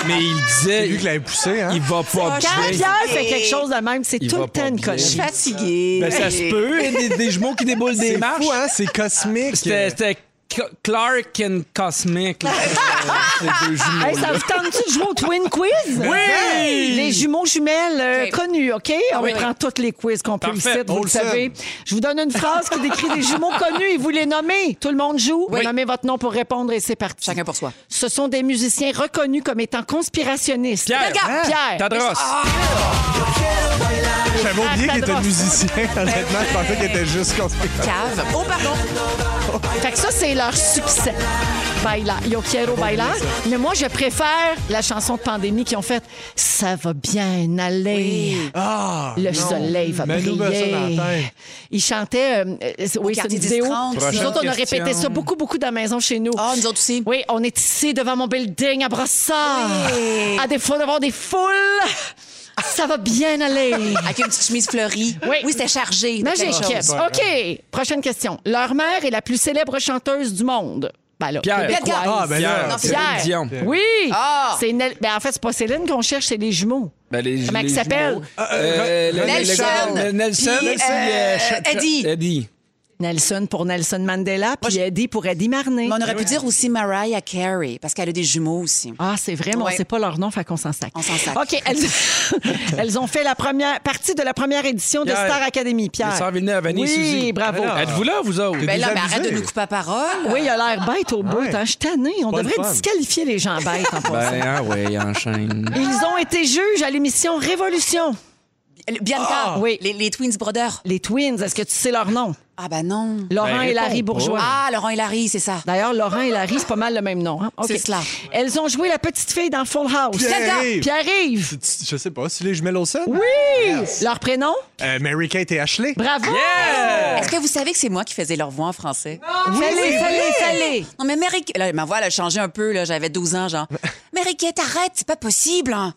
mais il disait
Lui qui l'avait poussé, hein?
Il va pas
Quand
bien.
Pierre fait quelque chose de même, c'est
Il
tout
va
le temps
pas
une
bien.
Je suis
connerie.
fatiguée.
Ben, ça se peut, des, des jumeaux qui déboulent des
C'est
marches.
fou, hein? C'est cosmique.
C'était c'était C- Clark and Cosmic, là, ces deux jumeaux.
Hey, ça vous tente-tu de jouer au Twin Quiz?
Oui!
Les jumeaux jumelles euh,
OK.
connus, OK?
Ah
On
Oui.
prend toutes les quiz qu'on peut
Parfait.
ici, vous le
Olsen.
savez. Je vous donne une phrase qui décrit les jumeaux connus et vous les nommez. Tout le monde joue. Vous nommez votre nom pour répondre et c'est parti.
Chacun pour soi.
Ce sont des musiciens reconnus comme étant conspirationnistes.
Pierre.
Regarde,
Hein?
Pierre.
Tadros.
Get away, la
J'avais oublié qu'il était
Cadros.
musicien. Honnêtement, je pensais qu'il était juste constructeur.
Cave. Oh, pardon.
Fait que ça, c'est leur succès. Baila, Yo quiero bailar. Mais moi, je préfère la chanson de pandémie qu'ils ont faite. Ça va bien aller.
Ah!
Le
non.
soleil va
Mais nous, ben, ça, dans la
briller.
tête.
Ils chantaient. euh, euh, c'est- oui, c'est
quartier
une
des
vidéo.
Strand.
Nous autres, on a
Prochaine
répété ça
question.
beaucoup, beaucoup dans la maison chez nous.
Ah, nous autres aussi.
Oui, on est ici devant mon building à Brossard.
Oui.
À défaut d'avoir des foules, ça va bien aller.
Avec une petite chemise fleurie.
Oui.
c'était chargé. de
Magique.
quelque chose.
OK. Prochaine question. Leur mère est la plus célèbre chanteuse du monde. Ben là,
Pierre.
québécoise.
Pierre Carl.
Ah, ben là,
Pierre,
non, c'est
Céline
Pierre.
Dion.
Oui.
Ah.
C'est Nel- ben, en fait, c'est pas Céline qu'on cherche, c'est les jumeaux.
Ben, les-
Comment
les
il s'appelle?
jumeaux. Euh, le- le-
Nelson.
le- Nelson.
Puis,
Nelson,
euh,
il est-
Eddie.
Eddie.
Nelson pour Nelson Mandela, puis
je-
Eddie pour Eddie Marnay.
Mais on aurait pu dire aussi Mariah Carey, parce qu'elle a des jumeaux aussi.
Ah, c'est vrai, mais on
Ouais.
sait pas leur nom, fait qu'on s'en sac.
On s'en sac.
OK. Elles... elles ont fait la première partie de la première édition de
Pierre.
Star Academy, Pierre.
Les Sœurs Villeneuve,
oui,
Suzy.
bravo.
Alors.
Êtes-vous là, vous autres?
Ben là, mais
Désavisé.
arrête de nous couper la parole.
Oui, il a l'air bête au bout.
Ouais.
hein. Je suis tannée. On
pas le
devrait
fun.
disqualifier les gens bêtes en passant.
Ben, ah ouais, enchaîne.
Ils ont été juges à l'émission Révolution.
Le- Bianca,
Ah!
Oui.
les, les Twins Brothers.
Les Twins, est-ce que tu sais leur nom?
Ah ben non.
Laurent
Ben,
et Larry
réponds pas.
Bourgeois.
Ah, Laurent et Larry, c'est ça.
D'ailleurs, Laurent et Larry, c'est pas mal le même nom. hein? OK.
C'est cela.
Elles ont joué la petite fille dans Full House.
Pierre-Yves.
Pierre-Yves.
Je sais pas, si les jumelles Olsen?
Oui! Leur prénom?
Euh, Mary Kate et Ashley?
Bravo!
Yeah!
Est-ce que vous savez que c'est moi qui faisais leur voix en français?
Fallait, fallait, fallait.
Non, mais Mary... Là, ma voix, elle a changé un peu. là. J'avais 12 ans, genre. Mary Kate, arrête, c'est pas possible. hein.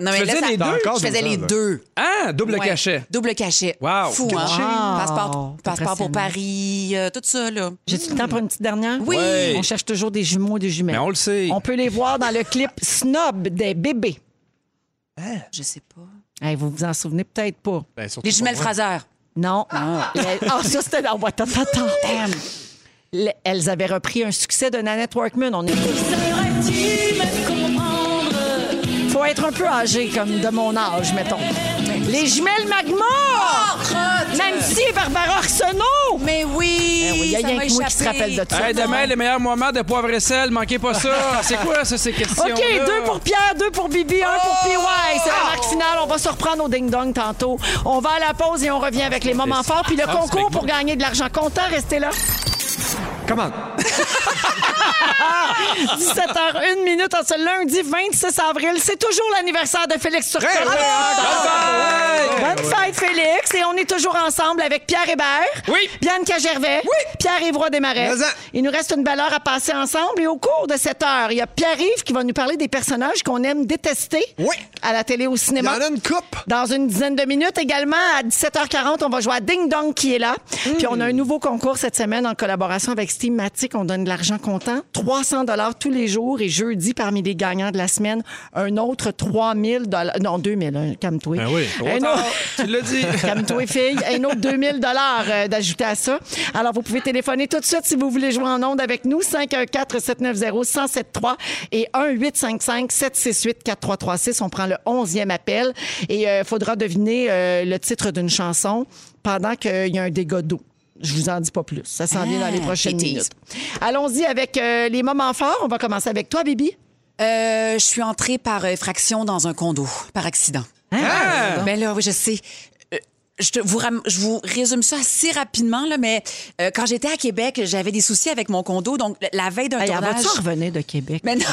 Non, mais
Tu faisais les deux?
T'as encore
Je faisais
12 ans,
les
là.
deux.
Ah, double
Ouais.
cachet.
Double cachet.
Wow.
Fou, hein? Passeport, passeport pour Paris, euh, tout ça, là.
J'ai-tu le temps pour une petite dernière?
Oui.
Ouais.
On cherche toujours des jumeaux et des jumelles.
Mais on le sait.
On peut les voir dans le clip Snob des bébés.
Je sais pas.
Hey, vous vous en souvenez peut-être pas.
Ben, surtout
Les
pas
jumelles
moi.
Fraser.
Non. Ah, ça, c'était dans What Damn. Elles avaient repris un succès de Nanette Workman. On est... Faut être un peu âgé, comme de mon âge, mettons. Les jumelles Magma! Ah! Nancy et Barbara Arsenault!
Mais oui!
Ben oui, Il y a
ça
rien
m'a
que moi qui se
échappé.
rappelle de ça.
Hey, demain, les meilleurs moments de poivre et sel, manquez pas ça. C'est quoi, ça, ces questions?
OK, deux pour Pierre, deux pour Bibi, un pour PY. C'est la marque finale. On va se reprendre au ding-dong tantôt. On va à la pause et on revient avec les moments forts. Puis le
Ah, c'est
concours
avec
pour gagner de l'argent comptant, restez là.
Comment?
17h01 minute en ce lundi 26 avril. C'est toujours l'anniversaire de Félix Turcotte. Bonne fête, Félix. Et on est toujours ensemble avec Pierre Hébert.
Oui.
Bianca Gervais. Pierre Évroy Desmarais.
Mais-en.
Il nous reste une belle heure à passer ensemble. Et au cours de cette heure, il y a Pierre-Yves qui va nous parler des personnages qu'on aime détester.
Oui.
À la télé, au
Il y
cinéma.
en a une coupe!
Dans une dizaine de minutes également, à 17h40, on va jouer à Ding Dong qui est là. Puis on a un nouveau concours cette semaine en collaboration avec Steamatic. On donne de l'argent comptant, 300 dollars tous les jours et jeudi parmi les gagnants de la semaine, un autre 3000 dollars, non 2000, hein, calme-toi.
Ben oui.
Un
Ah,
autre-
tu l'as dit.
Calme-toi, fille. Un autre 2000 dollars euh, d'ajouter à ça. Alors, vous pouvez téléphoner tout de suite si vous voulez jouer en ondes avec nous. 514-790-1073 et 1-855-768-4336. On prend le 11e appel et il faudra deviner euh, le titre d'une chanson pendant qu'il y a un dégât d'eau. Je vous en dis pas plus. Ça s'en vient dans les
Ah,
prochaines
des teases.
minutes. Allons-y avec euh, les moments forts. On va commencer avec toi, Bibi.
Euh, je suis entrée par effraction dans un condo, par accident.
Ah!
Ben là, oui, je sais. Euh, Je, te- vous, ram- je vous résume ça assez rapidement, là, mais euh, quand j'étais à Québec, j'avais des soucis avec mon condo. Donc, la- la veille d'un
Hey, elle
tournage...
va-tu revenir de Québec?
Mais non.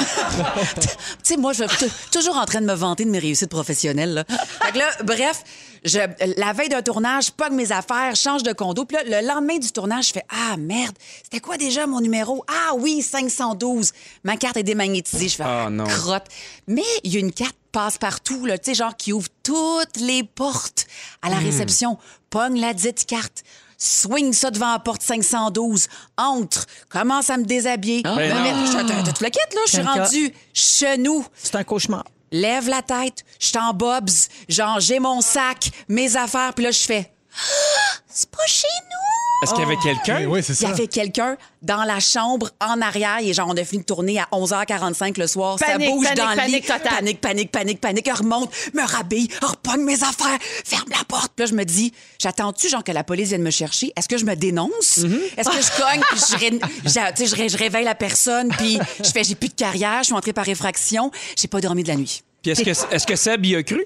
tu sais, moi, je suis t- toujours en train de me vanter de mes réussites professionnelles. Là. Fait que là, bref, je, la veille d'un tournage, je pogne mes affaires, change de condo. Puis là, le lendemain du tournage, je fais Ah, merde, c'était quoi déjà mon numéro? Ah oui, 512. Ma carte est démagnétisée. Je fais
Ah, non.
crotte. Mais il y a une carte passe-partout, là, tu sais, genre qui ouvre toutes les portes à
Hmm.
la réception. Pogne la dite carte. Swing ça devant la porte 512. Entre. Commence à me déshabiller.
ben
me
non.
mettre- Je- t'as- t'as tout le kit, là. Je suis
Bianca.
rendue chez nous.
C'est un cauchemar.
Lève la tête. Je suis en bobs. Genre, j'ai mon sac, mes affaires. Puis là, je fais Ah, C'est pas chez nous.
Est-ce qu'il y avait
Eh
quelqu'un?
oui, c'est
Il y
ça.
avait quelqu'un dans la chambre en arrière et genre on a fini de tourner à 11h45 le soir.
Panique,
ça bouge
panique,
dans le lit.
panique totale.
Panique, panique, panique, panique. Elle remonte, me rhabille, elle repogne mes affaires, ferme la porte. Puis là, je me dis, j'attends-tu genre que la police vienne me chercher? Est-ce que je me dénonce?
Mm-hmm.
Est-ce que je cogne? puis je, ré- j'a- tu sais, je, ré- je réveille la personne, puis je fais, j'ai plus de carrière, je suis entrée par effraction, j'ai pas dormi de la nuit.
Puis est-ce que, est-ce que Seb y a cru?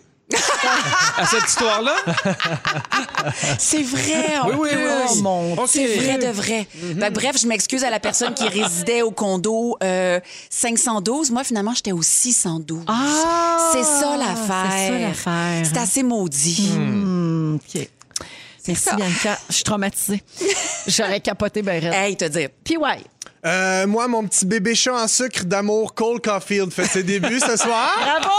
à cette histoire-là?
C'est vrai, en
Oui, oui,
plus. Oh,
oui, oui.
Mon
Ok. Mhm.
C'est vrai de vrai. Ben, bref, je m'excuse à la personne qui résidait au condo euh, 512. Moi, finalement, j'étais au 612.
Ah!
c'est ça l'affaire.
c'est ça l'affaire.
C'est assez maudit.
Mhm.
OK. Merci, Bianca. Je suis traumatisée. J'aurais capoté ben raide.
Hey, te dire.
Puis ouais.
Euh, moi, mon petit bébé chat en sucre d'amour, Cole Caulfield, fait ses débuts ce soir.
Bravo!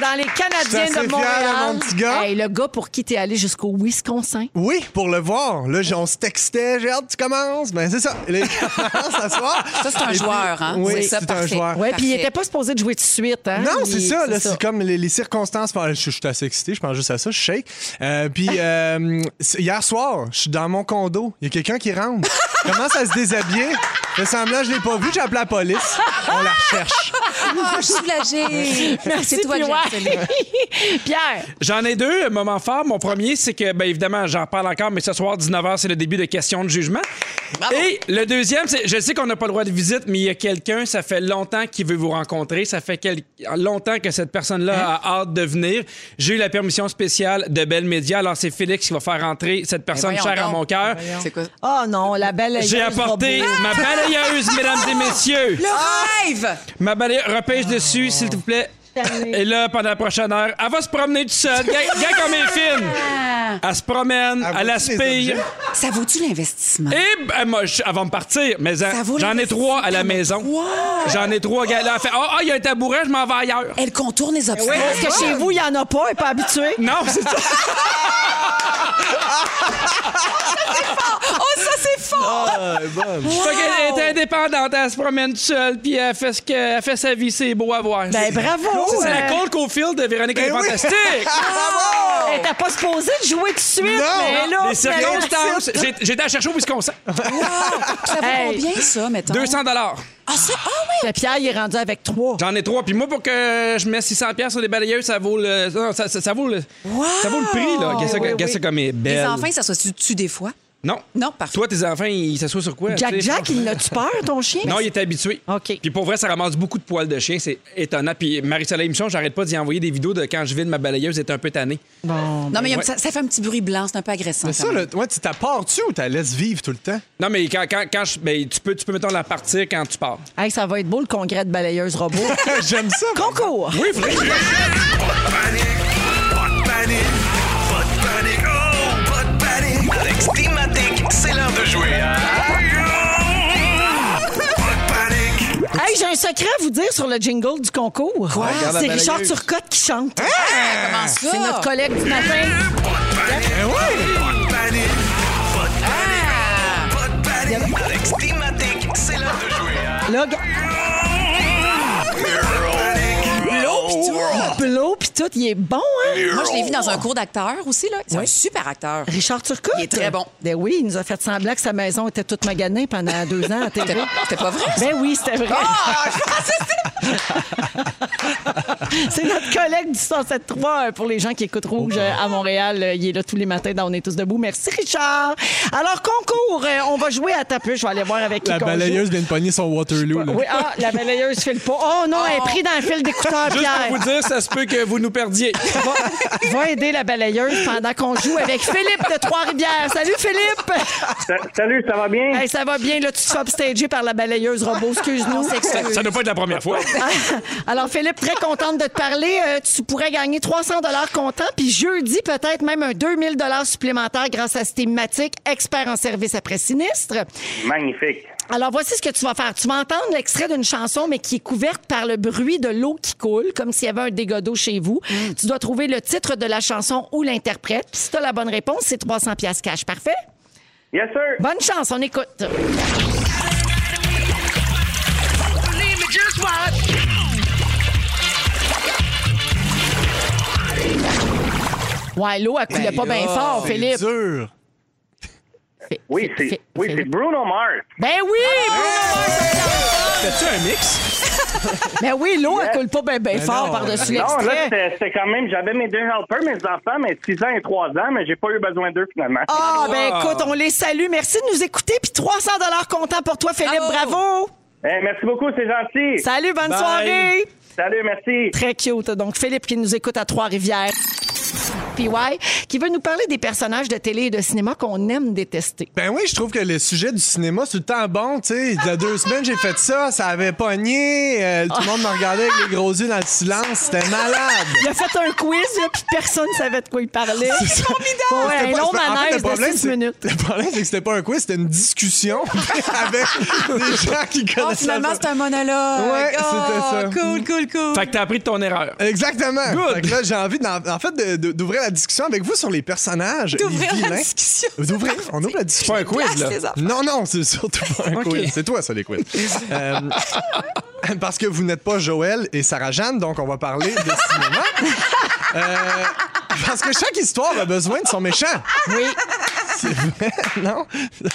Dans les
Je suis
Canadiens
assez
de
fier
Montréal.
de mon petit gars.
Hey, le gars pour qui t'es allé jusqu'au Wisconsin.
Oui, pour le voir. Là, j- on se textait, j'ai hâte, tu commences. Ben, c'est ça. Là, Il commence ce soir.
Ça, c'est un
Et puis-
joueur, hein?
Oui,
C'est ça,
c'est un
parfait.
joueur.
Oui, puis il
Parfait.
n'était pas supposé de jouer tout de suite. Hein?
Non, c'est
Il-
ça. là, C'est comme les, les circonstances. Enfin, je, je suis assez excité, je pense juste à ça, je shake. Euh, puis euh, c'est- hier soir, je suis dans mon condo. Il y a quelqu'un qui rentre. Il commence à se déshabiller. Le semblant, je l'ai pas vu, j'ai appelé la police. On la recherche.
Oh
Ah, je suis soulagée.
Merci,
c'est toi que
puis
j'ai
ouais.
appelé.
Pierre,
J'en ai deux moments forts. Mon premier, c'est que, bien évidemment, j'en parle encore, mais ce soir, 19h, c'est le début de questions de jugement. Et le deuxième, c'est, je sais qu'on n'a pas le droit de visite, mais il y a quelqu'un, ça fait longtemps qu'il veut vous rencontrer. Ça fait quel- longtemps que cette
Hein?
personne-là a hâte de venir. J'ai eu la permission spéciale de Belle Média. Alors, c'est Félix qui va faire entrer cette personne
Ben voyons
chère à
donc. Ben,
mon cœur.
C'est quoi?
oh non, la belle.
J'ai apporté ma balayeuse, mesdames et messieux.
Le rêve!
Ma balayeuse, repêche
Ah.
dessus, s'il te plaît. Et là, pendant la prochaine heure, elle va se promener toute seule. Gars gars comme un film. Elle se promène,
Elle
elle
voit-tu les
aspire.
objets?
Ça vaut-tu l'investissement?
Et ben, moi, je- avant de partir, mais
Ça vaut
j'en ai
l'investissement.
trois à la maison.
Wow!
J'en ai trois. gars, Là, elle fait Ah, ah, il y a un tabouret, je m'en vais ailleurs.
Elle contourne les obstacles.
Eh
Parce que
Ah!
chez vous, il n'y en a pas, elle n'est pas habituée.
Non, c'est ça.
Oh, ça, c'est fort!
Ah,
Fait qu'elle est indépendante, elle se promène toute seule, puis elle fait, ce que, elle fait sa vie, c'est beau à voir.
Ben bravo!
c'est c'est la
euh,
Cole Caulfield de Véronique
Ben
elle est Fantastique.
Elle n'était pas supposée de jouer tout de suite, mais là,
Les
finalement-
circonstances. J'ai- J'étais à chercher au Wisconsin.
Ça vaut
Hey.
combien, ça, mettons?
200
Ah, ça? Ah, oui!
Le Pierre, il est rendu avec trois.
J'en ai trois. Puis moi, pour que je mette 600 pièces sur des balayeuses, ça vaut le, non, ça, ça- ça vaut le, ça vaut le prix là. Qu'est-ce que- qu'est-ce que comme est belle.
Les enfants, ça soit tu des fois?
Non.
Non, parfait.
Toi, tes enfants, ils s'assoient sur quoi
Jack
tu sais,
Jack, il l'a-tu peur, ton chien?
Non, il est habitué.
OK.
Puis pour vrai, ça ramasse beaucoup de poils de chien. C'est étonnant. Puis Marie-Soleil Michon, j'arrête pas d'y envoyer des vidéos de quand je vide ma balayeuse, elle est un peu tannée.
Non, mais il y a- ça, ça fait un petit bruit blanc, c'est un peu agressant.
Mais
quand
ça,
même.
là, ouais, tu t'apportes-tu ou t'as laisses vivre tout le temps?
Non, mais quand, quand, quand je, ben, tu peux, tu peux, mettons, la partir quand tu pars.
Hey, ça va être beau, le congrès de balayeuses robots.
J'aime ça.
Concours!
Oui, vrai.
Pas de panique, pas de panique, oh, pas de panique. Avec Steamatic, c'est l'heure de jouer hein? à... Pas de panique.
Hey, j'ai un secret à vous dire sur le jingle du concours. Quoi? C'est Richard Turcotte qui chante.
Comment ça?
C'est notre collègue du matin.
Eh
Ah!
hein?
Là, g-
L'eau, pis tout.
Blot, pis tout, Ah! il est bon, hein?
Moi, je l'ai vu dans un cours d'acteur aussi, là. C'est un super acteur.
Richard Turcotte.
Il est très bon.
Ben oui, il nous a fait semblant que sa maison était toute maganée pendant deux ans à TV.
C'était c'était pas vrai? Ah,
Ben oui, c'était vrai. C'est notre collègue du 107.3 euh, pour les gens qui écoutent Rouge euh, à Montréal. Euh, Il est là tous les matins dans On est tous debout. Merci, Richard. Alors, concours, euh, on va jouer à taper. Je vais aller voir avec qui
La
qu'on joue.
balayeuse vient de pogner son Waterloo. là.
Oui, ah, la balayeuse file pas. Oh non, elle est prise dans le fil d'écouteur,
Juste
Pierre.
pour vous dire, ça se peut que vous nous perdiez.
Va, va aider la balayeuse pendant qu'on joue avec Philippe de Trois-Rivières. Salut, Philippe!
Salut, ça va bien?
Hey, ça va bien, là, tu te fais upstager par la balayeuse robot, excuse-nous.
ça ne doit pas être la première fois.
Alors, Philippe, très contente de te parler. Euh, tu pourrais gagner 300 dollars comptant, puis jeudi, peut-être même un 2000 dollars supplémentaire grâce à cette thématique expert en service après sinistre.
Magnifique.
Alors, voici ce que tu vas faire. Tu vas entendre l'extrait d'une chanson, mais qui est couverte par le bruit de l'eau qui coule, comme s'il y avait un dégât d'eau chez vous. Tu dois trouver le titre de la chanson ou l'interprète. Puis si tu as la bonne réponse, c'est 300 pièces cash. Parfait?
Yes, sir.
Bonne chance, on écoute. Ouais, l'eau, elle coulait pas bien fort, Philippe.
Dur.
Oui, c'est oui, c'est Bruno Mars.
Ben oui!
Fais-tu un mix?
Ben oui, l'eau, elle coule pas bien ben fort par-dessus
Non, là,
l'extrait.
c'était- c'était quand même. J'avais mes deux helpers, mes enfants, mais 6 ans et 3 ans, mais j'ai pas eu besoin d'eux finalement.
Ah, ben écoute, on les salue. Merci de nous écouter. Puis 300 comptant pour toi, Philippe.
Bravo.
Bravo!
Eh, merci beaucoup, c'est gentil.
Salut, bonne soirée!
Salut, merci.
Très cute. Donc, Philippe qui nous écoute à Trois-Rivières. PY, qui veut nous parler des personnages de télé et de cinéma qu'on aime détester.
Ben oui, je trouve que le sujet du cinéma, c'est tout le temps bon, tu sais. Il y a deux semaines, j'ai fait ça, ça avait pogné, euh, tout le monde me regardait avec les gros yeux dans le silence, c'était malade.
Il a fait un quiz, là, puis personne ne savait de quoi il parlait. C'est formidable!
C'était
Ouais,
pas-
un long
c'était- en fait,
manège de six
c'est-
minutes.
Le problème, c'est que c'était pas un quiz, c'était une discussion avec des gens qui
Oh,
connaissaient.
finalement,
pas.
c'est un monologue.
Ouais,
Oh,
c'était ça.
Cool, cool, cool.
Fait que t'as appris de ton erreur.
Exactement.
Good.
Fait que là, j'ai envie, d'en- en, fait, de- de- d'ouvrir la discussion avec vous sur les personnages
D'ouvrir la
vilains.
discussion.
D'ouvrir, on ouvre la
C'est
discussion.
pas un quiz, là.
Place les enfants.
Non, non, c'est surtout pas un
Ok.
quiz. C'est toi, ça, les quiz. Euh, parce que vous n'êtes pas Joël et Sarah-Jeanne, donc on va parler de cinéma. Euh, parce que chaque histoire a besoin de son méchant. Oui. C'est vrai, non?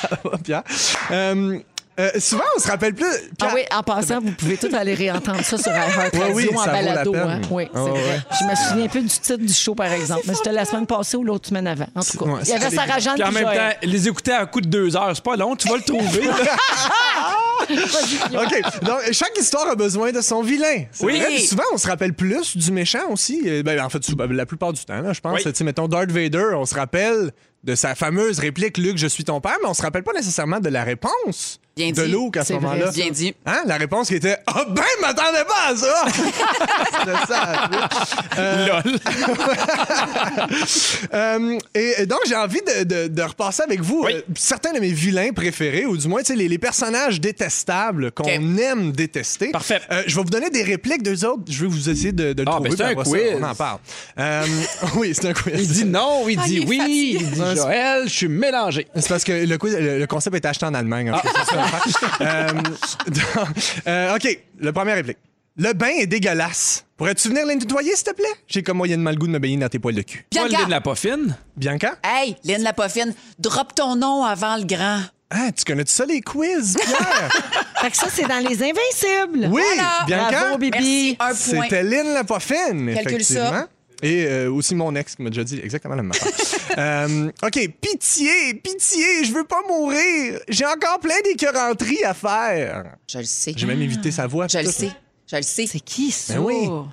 Ça va, Pierre. Euh, euh, souvent, on se rappelle plus.
Ah
Pierre-
oui, en passant, vous pouvez tout aller réentendre ça sur iHeart Radio
oui,
en
ça vaut la
balado.
peine.
hein. Oui, c'est
Ah ouais,
vrai.
ouais.
Je me souviens plus du titre du show, par exemple, mais c'était la semaine passée ou l'autre semaine avant. En tout cas,
Ouais,
il y avait
c'était
Sarah-Jeanne
Puis en
puis
même
Joël.
temps, les écouter à un coup de deux heures, c'est pas long, tu vas le trouver.
OK. Donc, chaque histoire a besoin de son vilain. C'est
Oui.
vrai. Puis Souvent, on se rappelle plus du méchant aussi. Euh, Ben, en fait, sou- la plupart du temps, là, je pense.
Oui.
Tu sais, mettons Darth Vader, on se rappelle de sa fameuse réplique Luke, je suis ton père, mais on se rappelle pas nécessairement de la réponse
Bien
de
dit.
Luke à ce
C'est vrai,
moment-là.
Bien dit.
Hein? La réponse qui était Ah ben, m'attendais pas à ça! C'était ça, tu sais. Euh,
Lol.
euh, et, et donc, j'ai envie de, de- de repasser avec vous euh, certains de mes vilains préférés, ou du moins, tu sais, les, les personnages détestables qu'on
Ok.
aime détester.
Parfait.
Euh, je vais vous donner des répliques d'eux autres. Je vais vous essayer de, de le
Ah,
trouver.
ben, c'est
puis
un
après
quiz.
ça, on en parle. Euh, oui, c'est un quiz.
Il dit non, il
Ah,
dit
il est
oui, il dit Joël, je suis mélangé.
C'est parce que le, quiz- le, le concept est acheté en Allemagne.
Ah.
en fait, c'est ça, l'affaire. Euh, donc, euh, OK, le premier réplique. Le bain est dégueulasse. Pourrais-tu venir le nettoyer, s'il te plaît? J'ai comme moyennement le goût de me baigner dans tes poils de cul.
Pas le
Bianca.
nez de la poffine.
Bianca?
Hey, Lynn Lapoffine, drop ton nom avant le grand.
Ah, tu connais-tu ça, les quiz, Pierre?
Fait que ça, c'est dans Les Invincibles.
oui,
Voilà.
Bianca?
Bravo, Bibi.
Merci, un point.
C'était Lynn Lapoffine,
Calcule ça.
effectivement. Et euh, aussi mon ex qui m'a déjà dit exactement la même chose. OK, pitié, pitié, je veux pas mourir. J'ai encore plein d'écœuranteries à faire.
Je le sais.
J'ai même évité sa voix.
Hmm. Je le
tout.
sais. Je le sais. C'est
Qui ça?
Ben oui.
Oh.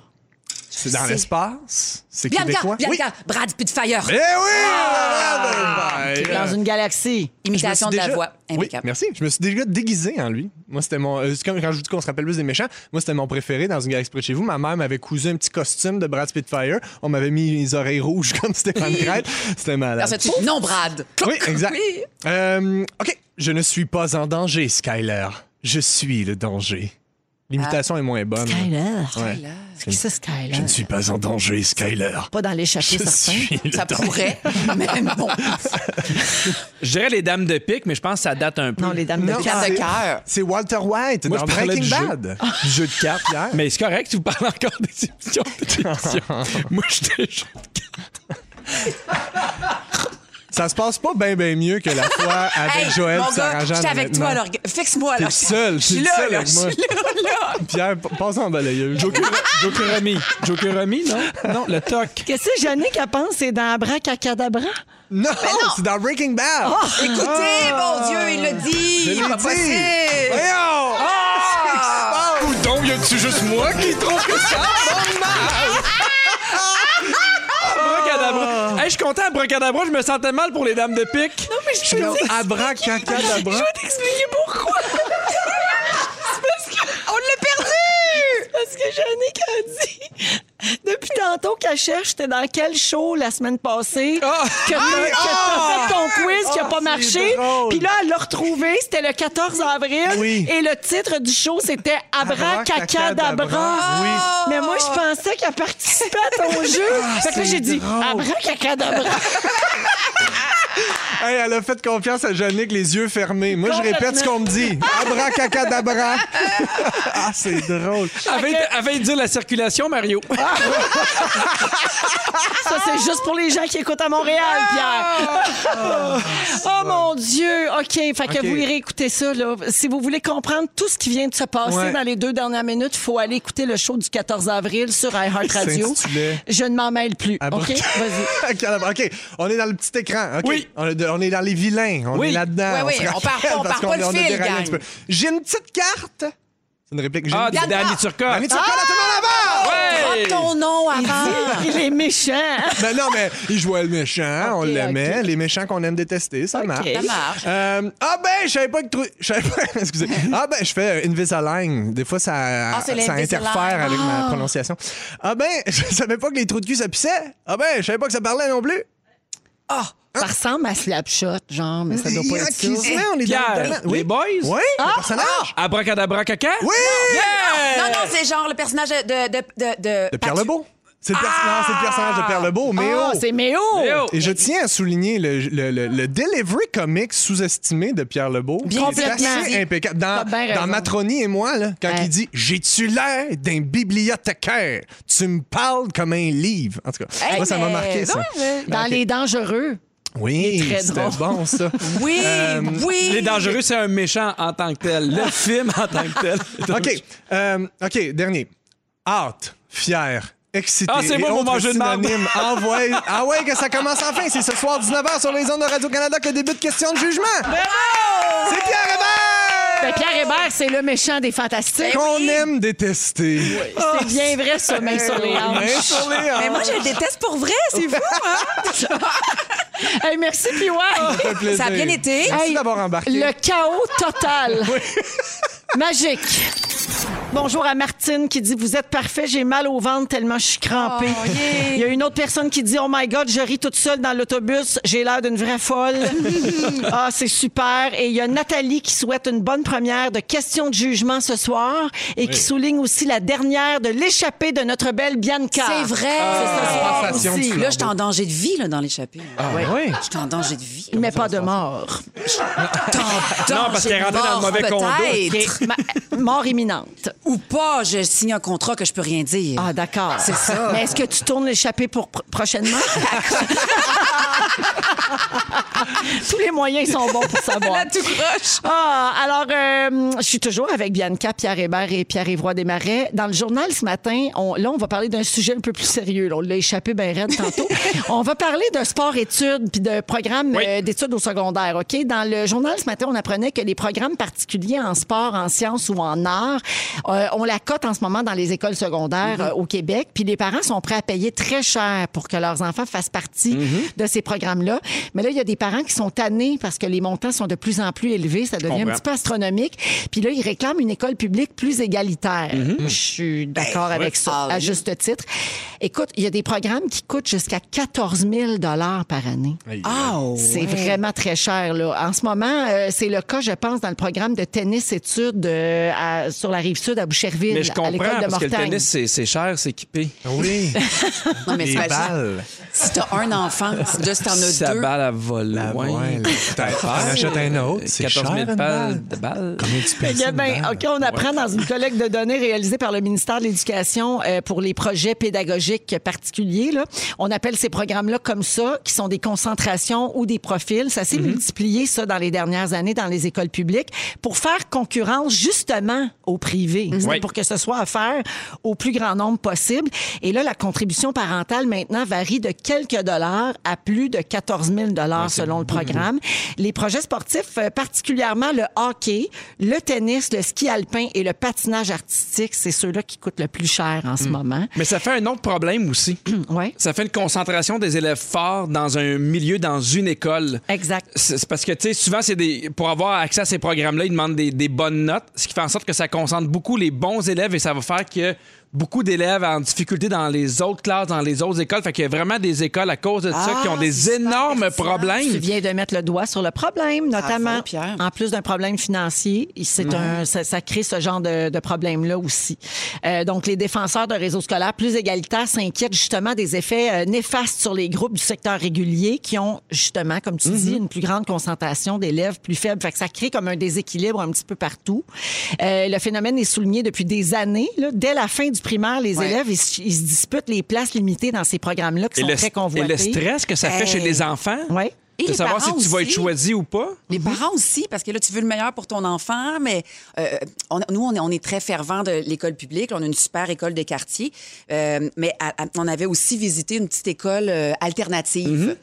C'est dans
sais.
l'espace. C'est
Bianca,
québécois. Oui.
Bianca, Ah! Brad Pitfire.
Eh oui! madame, ben,
Dans
euh,
une galaxie.
je me suis
Imitation de la
déjà-
voix.
Oui,
Impeccable.
merci. Je me suis déjà déguisé en lui. Moi, c'était mon. euh, c'est comme quand je vous dis qu'on se rappelle plus des méchants, moi, c'était mon préféré dans une galaxie près de chez vous. Ma mère m'avait cousu un petit costume de Brad Spitfire. On m'avait mis les oreilles rouges comme Stéphane Crête. C'était malade.
Ensuite, tu- Non, Brad.
Oui, exact.
Oui.
Euh, OK. Je ne suis pas en danger, Skyler. Je suis le danger. L'imitation
Ah.
est moins bonne.
Skyler.
Ouais.
Qui c'est, Skyler?
Je ne suis pas en danger, Skyler.
Pas dans l'échappée,
Je
certain.
suis le
Ça
danger.
pourrait, mais bon.
Je dirais les dames de pique, mais je pense que ça date un peu.
Non, les dames de
Non, Ah.
pierre.
Pierre de
c'est-
cœur.
C'est Walter White
Moi,
dans
je parlais
Breaking
du jeu.
Bad.
Ah.
Du jeu de cartes hier.
Mais c'est correct, si vous parlez encore des émissions de télévision. Moi, j'étais chaud.
Ça se passe pas bien ben mieux que la fois avec
Hey,
Joël
mon gars,
Sarah-Jeanne.
j'étais avec toi,
maintenant.
alors fixe-moi.
T'es
là.
le seul,
Je suis
t'es le
là,
seul
là,
avec
je
moi.
suis là, là.
Pierre, p- passe en balayeuse.
Joker Remy. Joker Remy, non? Non, le toc.
Qu'est-ce que Yannick, elle pense? C'est dans Abracacadabra?
Non, c'est dans Breaking Bad.
Écoutez, mon Dieu, il l'a dit.
Ah!
Oh, Il Ah!
Je l'ai
pas
dit.
possible.
Voyons! Coudon, y a-tu juste moi qui trouve que ça tombe mal?
Brocadabra. Hey, je suis content à Brocadabra, je me sentais mal pour les dames de pique. Non, mais je
Non, abracacadabra.
t'expliquer pourquoi. On l'a perdu.
Parce que Yannick a dit depuis tantôt qu'elle cherche, t'es dans quel show la semaine passée que t'as que t'as fait ton quiz qui a pas marché.
drôle.
Puis là, elle l'a retrouvé, c'était le 14 avril.
Oui.
Et le titre du show, c'était Abracacadabra. Ah!
Oui.
Mais moi, je pensais qu'elle participait à ton jeu. fait que là, j'ai dit Abracacadabra.
Hey, elle a fait confiance à Yannick les yeux fermés. Moi, je répète ce qu'on me dit. Abracacadabra. ah, c'est drôle.
Avec, avec dire la circulation, Mario.
Ça, c'est juste pour les gens qui écoutent à Montréal,
Ah!
Pierre. oh mon Dieu. OK. Fait que
OK.
vous irez écouter ça. Là. Si vous voulez comprendre tout ce qui vient de se passer
Ouais.
dans les deux dernières minutes, il faut aller écouter le show du 14 avril sur iHeartRadio.
s'intitulait-
Je ne m'en mêle plus.
Ah, bon.
OK? Vas-y.
Cadavre. OK, on est dans le petit écran. OK.
Oui.
On, est de- on est dans les vilains. On
Oui.
est là-dedans.
Oui, oui,
se
on part pas-
rappelle
on part
parce
pas
qu'on-
le
on a
fil,
dérangé un
gang.
petit peu. J'ai une petite carte. C'est une réplique que j'ai.
Ah,
Ah,
du Danny Turcotte.
Danny Turcotte, à tout le
Ah!
monde
Ouais!
Drop ton nom
Ah!
avant.
Il est méchant.
avant! Ben non, mais il jouait le méchant, on l'aimait. Les méchants qu'on aime détester, ça marche.
Ça marche.
Euh, ah ben, je savais pas que tru... je savais pas... Excusez. Ah ben, je fais euh, Invisalign. Des fois, ça,
Ah, c'est
ça
l'Invisalign.
interfère avec ma prononciation. Ah ben, je savais pas que les trous de cul, ça pissait. Ah ben, je savais pas que ça parlait non plus.
Ça ressemble à Slapshot, genre, mais ça doit pas être ça.
Yankee, c'est vrai, on est dans le
Pierre,
domaine. Oui.
les boys?
Oui, le personnage.
Abracadabra caca?
Oui!
Non, non, c'est genre le personnage de. de, de,
De Pierre Lebeau. C'est le, perso- non, c'est le personnage de Pierre Lebeau, mais
Ah,
oh!
c'est Méo!
Léo.
Et je tiens à souligner le, le, le- le delivery comique sous-estimé de Pierre Lebeau.
Bien
C'est
complètement.
assez impeccable.
T'as
Dans,
bien raison.
dans Matroni et moi, là, quand
Ouais.
il dit J'ai-tu l'air d'un bibliothécaire Tu me parles comme un livre. En tout cas,
Hey,
moi, ça m'a
mais-
marqué, ça.
Ouais, mais-
hein?
Ben,
Dans Les Dangereux.
Oui,
très
c'était bon, ça.
Oui,
Euh,
oui.
Les dangereux, c'est un méchant en tant que tel. Le film en tant que tel.
Ah. OK. euh, OK, dernier. Hâte, fier, excité.
Ah, c'est
et
moi, mon
autres
mangeur de marde.
synonymes. Ah ouais, ah ouais, que ça commence enfin. C'est ce soir, 19h, sur les ondes de Radio-Canada, que débute Question de jugement. C'est Pierre Hébert!
Ben, Pierre Hébert, c'est le méchant des fantastiques.
Ah! Qu'on aime détester.
C'est bien vrai, ça, mais sur les hanches.
Main sur les hanches.
Mais moi, je le déteste pour vrai, c'est vous, hein?
Hey, merci, puis ouais.
fait plaisir.
Ça a bien été.
Merci
Hey,
d'avoir embarqué.
Le chaos total. Magique. Bonjour à Martine qui dit Vous êtes parfait, j'ai mal au ventre tellement je suis crampée.
Oh, yeah.
Il y a une autre personne qui dit Oh my God, je ris toute seule dans l'autobus, j'ai l'air d'une vraie folle. ah, c'est super. Et il y a Nathalie qui souhaite une bonne première de questions de jugement ce soir et qui souligne aussi la dernière de l'échappée de notre belle Bianca.
C'est vrai.
Ah,
c'est ce soir
sensation
aussi.
de flambeau.
Là, je suis en danger de vie là, dans l'échappée. Ah oui? Je suis en danger de vie.
Mais pas de mort.
Non, parce qu'elle est rentrée dans le mauvais condo.
condo.
Ma- mort imminente.
Ou pas, je signe un contrat que je peux rien dire.
Ah, d'accord.
C'est ça.
Mais est-ce que tu tournes l'échappée pour pr- prochainement? Tous les moyens sont bons pour savoir.
tout croche.
Ah, alors, euh, je suis toujours avec Bianca, Pierre Hébert et Pierre-Évroy Desmarais. Dans le journal ce matin, on, là, on va parler d'un sujet un peu plus sérieux. là. on l'a échappé bien raide tantôt. on va parler de sport-études puis de programmes
Oui.
euh, d'études au secondaire, OK? Dans le journal ce matin, on apprenait que les programmes particuliers en sport, en sciences ou en arts, euh, on la cote en ce moment dans les écoles secondaires euh, au Québec. Puis les parents sont prêts à payer très cher pour que leurs enfants fassent partie de ces programmes-là. Mais là, il y a des parents qui sont tannés parce que les montants sont de plus en plus élevés. Ça devient un
comprends.
petit peu astronomique. Puis là, ils réclament une école publique plus égalitaire. Je suis d'accord avec ça, à juste titre. Écoute, il y a des programmes qui coûtent jusqu'à 14 000 par année.
Ah,
C'est vraiment très cher. Là. En ce moment, euh, c'est le cas, je pense, dans le programme de tennis-études euh, à- sur la rive sud à Boucherville,
Mais je
à l'école
comprends,
de
parce que le
Mortagne.
tennis, c'est- c'est cher, c'est équipé.
Oui,
Non, mais
les
c'est pas
balles.
Si t'as un enfant, si juste t'en as
Ça
deux.
balle à voler.
Ah
ouais.
ouais, là, peut-être. T'en achètes un autre, c'est
14
cher,
000
une balle.
balles de balles.
Combien tu
Eh
payes ça, une
bien,
balle?
OK, on apprend dans une collecte de données réalisée par le ministère de l'Éducation euh, pour les projets pédagogiques particuliers. Là. On appelle ces programmes-là comme ça, qui sont des concentrations ou des profils. Ça s'est multiplié, ça, dans les dernières années dans les écoles publiques pour faire concurrence, justement, au privé. C'est-à-dire
Oui.
Pour que ce soit offert au plus grand nombre possible. Et là, la contribution parentale, maintenant, varie de quelques dollars à plus de 14 000 dollars selon le programme. Les projets sportifs, euh, particulièrement le hockey, le tennis, le ski alpin et le patinage artistique, c'est ceux-là qui coûtent le plus cher en ce moment.
Mais ça fait un autre problème aussi.
Ouais.
Ça fait une concentration des élèves forts dans un milieu, dans une école.
Exact.
C'est c'est parce que, tu sais, souvent, c'est des, pour avoir accès à ces programmes-là, ils demandent des, des bonnes notes, ce qui fait en sorte que ça concentre beaucoup les bons élèves et ça va faire que beaucoup d'élèves en difficulté dans les autres classes, dans les autres écoles. Fait qu'il y a vraiment des écoles à cause de ça qui
Ah,
ont des énormes
Tu
problèmes.
viens de mettre le doigt sur le problème, notamment
Pierre.
en plus d'un problème financier, c'est un, ça, ça crée ce genre de, de problème-là aussi. Euh, donc, les défenseurs de réseaux scolaires plus égalitaires s'inquiètent justement des effets euh, néfastes sur les groupes du secteur régulier qui ont justement, comme tu
Mm-hmm.
dis, une plus grande concentration d'élèves plus faibles. Fait que ça crée comme un déséquilibre un petit peu partout. Euh, le phénomène est souligné depuis des années. là. Dès la fin du primaire, les
Ouais.
élèves, ils, se- ils se disputent les places limitées dans ces programmes-là qui
Et
sont
le,
très
et
convoités.
le stress que ça fait chez
Hey.
les enfants.
Ouais.
Et
de
les
savoir si tu
parents
vas être
aussi.
choisi ou pas.
Les
Mhm.
parents aussi, parce que là, tu veux le meilleur pour ton enfant, mais euh, on- nous, on est, on est très fervents de l'école publique. On a une super école de quartier, euh, mais à- à- on avait aussi
Mhm.
visité une petite école euh, alternative.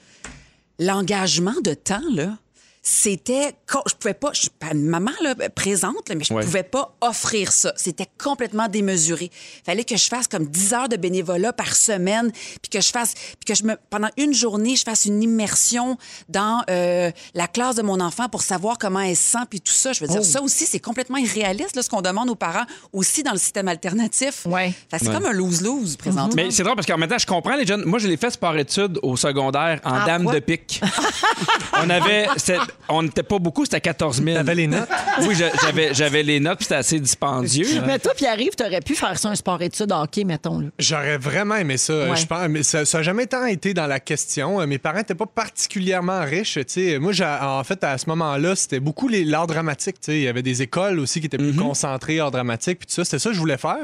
L'engagement de temps, là, c'était co- je pouvais pas je suis pas une maman là, présente là, mais je
Ouais.
pouvais pas offrir ça c'était complètement démesuré fallait que je fasse comme 10 heures de bénévolat par semaine puis que je fasse puis que je me pendant une journée je fasse une immersion dans euh, la classe de mon enfant pour savoir comment elle se sent puis tout ça je veux dire ça aussi c'est complètement irréaliste là, ce qu'on demande aux parents aussi dans le système alternatif
Ouais.
Fait que c'est comme un lose lose présentement
Mais c'est drôle parce qu'en même temps, je comprends les jeunes. Moi, je l'ai fait c'est par études au secondaire en dame
Ah, quoi?
de pique. on avait. c'était- On n'était pas beaucoup, c'était 14 000.
T'avais les notes?
Oui, je- j'avais, j'avais les notes, puis c'était assez dispendieux.
Mais toi, Pierre-Yves, t'aurais pu faire ça un sport-études hockey, mettons. là.
J'aurais vraiment aimé ça. euh,
Ouais.
Je pense, mais ça n'a jamais tant été dans la question. Euh, Mes parents n'étaient pas particulièrement riches. tu sais. Moi, j'a- en fait, à ce moment-là, c'était beaucoup les- l'art dramatique. tu sais. Il y avait des écoles aussi qui étaient
Mm-hmm.
plus concentrées, art dramatique. Puis tout ça, c'était ça que je voulais faire.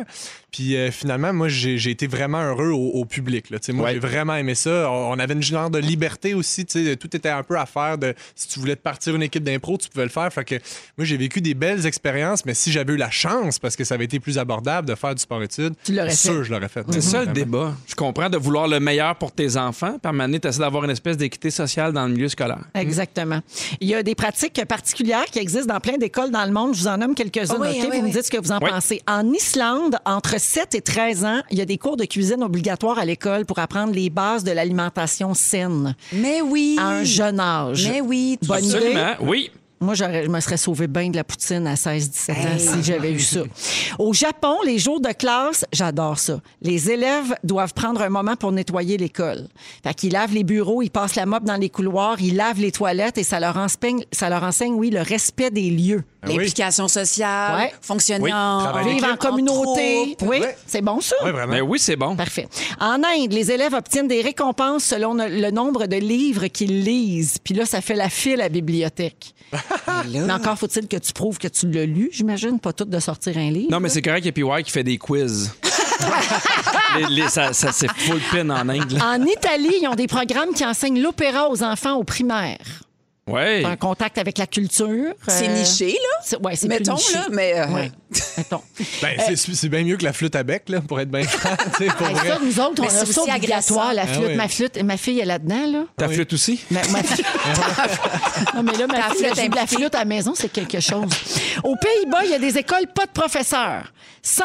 Puis euh, finalement, moi, j'ai j'ai été vraiment heureux au, au public. là. Tu sais, Moi,
Ouais.
j'ai vraiment aimé ça. On, on avait une genre de liberté aussi. tu sais. Tout était un peu à faire. De, si tu voulais te partir une équipe d'impro, tu pouvais le faire. Fait que moi, j'ai vécu des belles expériences. Mais si j'avais eu la chance, parce que ça avait été plus abordable de faire du sport-études,
Tu l'aurais
sûr,
fait.
je l'aurais fait.
C'est ça le
Vraiment.
débat. Je comprends de vouloir le meilleur pour tes enfants. Par manier, tu essaies d'avoir une espèce d'équité sociale dans le milieu scolaire.
Mm.
Exactement. Il y a des pratiques particulières qui existent dans plein d'écoles dans le monde. Je vous en nomme quelques-unes,
Ah oui,
OK?
ah oui,
vous me
oui.
dites ce que vous en
Oui.
pensez. En Islande, entre 7 et 13 ans, il y a des cours de cuisine obligatoires à l'école pour apprendre les bases de l'alimentation saine
Mais oui.
à un jeune âge.
Mais oui. tu-
Bonne idée.
Absolument, oui.
Moi, j'aurais- je me serais sauvé bien de la poutine à 16-17 ans si j'avais eu ça. Au Japon, les jours de classe, j'adore ça. Les élèves doivent prendre un moment pour nettoyer l'école. Fait qu'ils lavent les bureaux, ils passent la mop dans les couloirs, ils lavent les toilettes et ça leur enseigne, ça leur enseigne oui, le respect des lieux.
L'implication sociale,
Ouais.
fonctionnement,
travailler
Vivre en communauté. Oui, c'est bon ça.
Ouais, vraiment.
Mais Ben oui, c'est bon.
Parfait. En Inde, les élèves obtiennent des récompenses selon le nombre de livres qu'ils lisent. Puis là, ça fait la file à la bibliothèque. Mais encore faut-il que tu prouves que tu l'as lu, j'imagine, pas tout de sortir un livre.
Non, mais c'est correct qu'il y a PY qui fait des quiz. Les- les- ça, ça, c'est full pin en Inde. là.
En Italie, ils ont des programmes qui enseignent l'opéra aux enfants au primaire.
Ouais.
Un contact avec la culture.
C'est
euh,
niché, là.
c'est- Ouais, c'est plus
Mettons,
niché.
là, mais. euh,
Ouais, mettons.
Ben, c'est- c'est bien mieux que la flûte à bec, là, pour être bien franc. tu sais, pour
Ben,
Hey,
vrai.
ça, nous autres, on
Mais
a
c'est
ça
aussi
obligatoire, la
agressant.
flûte.
Ah oui.
Ma flûte, ma fille est là-dedans, là.
Ta flûte aussi?
Ma- ma fille- non, mais là, ma fille,
flûte
la- la flûte à la maison, c'est quelque chose. Aux Pays-Bas, il y a des écoles pas de professeurs. 100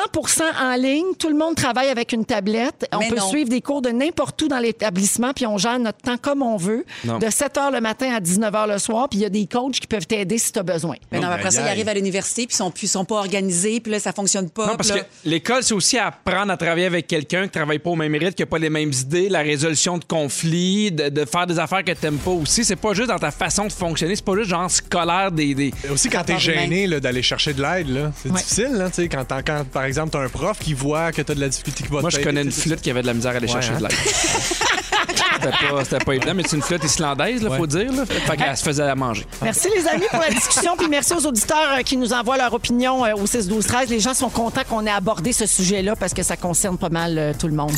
en ligne, tout le monde travaille avec une tablette. On
Mais
peut
non.
suivre des cours de n'importe où dans l'établissement, puis on gère notre temps comme on veut,
Non.
de 7 h le matin à 19 h le soir, puis il y a des coachs qui peuvent t'aider si tu as besoin.
Mais non, mais après ça, ils arrivent à l'université, puis ils sont, plus- ils sont pas organisés, puis là, ça fonctionne pas.
Non, parce
puis
que
là-
l'école, c'est aussi apprendre à travailler avec quelqu'un qui travaille pas au même rythme, qui a pas les mêmes idées, la résolution de conflits, de, de faire des affaires que t'aimes pas aussi. C'est pas juste dans ta façon de fonctionner, c'est pas juste genre scolaire des. des...
Aussi, quand t'es
Rapport
gêné là, d'aller chercher de l'aide, là, c'est
Ouais.
difficile. Là, tu sais, quand, t'en- quand, par exemple, t'as un prof qui voit que t'as de la difficulté qui va
Moi,
te
je
t'aider,
connais une
tu sais,
flûte qui avait de la misère à aller chercher
hein?
de l'aide. C'était pas, c'était pas évident, mais c'est une flûte islandaise, là, faut dire. Là. Fait qu'elle se faisait à manger.
Merci les amis pour la discussion, puis merci aux auditeurs euh, qui nous envoient leur opinion euh, au 6 12 13. Les gens sont contents qu'on ait abordé ce sujet-là parce que ça concerne pas mal euh, tout le monde.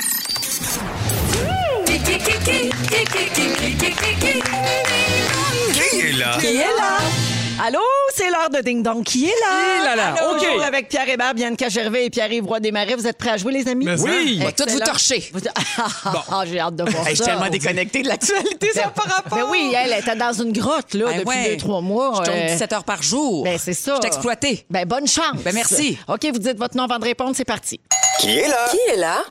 Qui est là?
Qui est là? Allô, c'est l'heure de Ding Dong. Qui est là?
Qui est là, là?
Allô,
OK.
toujours avec Pierre Hébert, Bianca Gervais et Pierre-Yves Roy Desmarais. Vous êtes prêts à jouer, les amis?
Mais ça.
Oui!
On va tout vous torcher.
Vous- Ah, ah, ah, J'ai hâte de voir ça.
Hey, je suis tellement déconnectée de l'actualité, ça n'a pas rapport.
Mais oui, elle était dans une grotte là,
Ben
depuis
ouais.
deux, trois mois.
Je tourne
Euh,
17 heures par jour.
ben, c'est ça.
Je suis exploitée.
Ben, bonne chance.
Ben, merci.
OK, vous dites votre nom avant de répondre, c'est parti.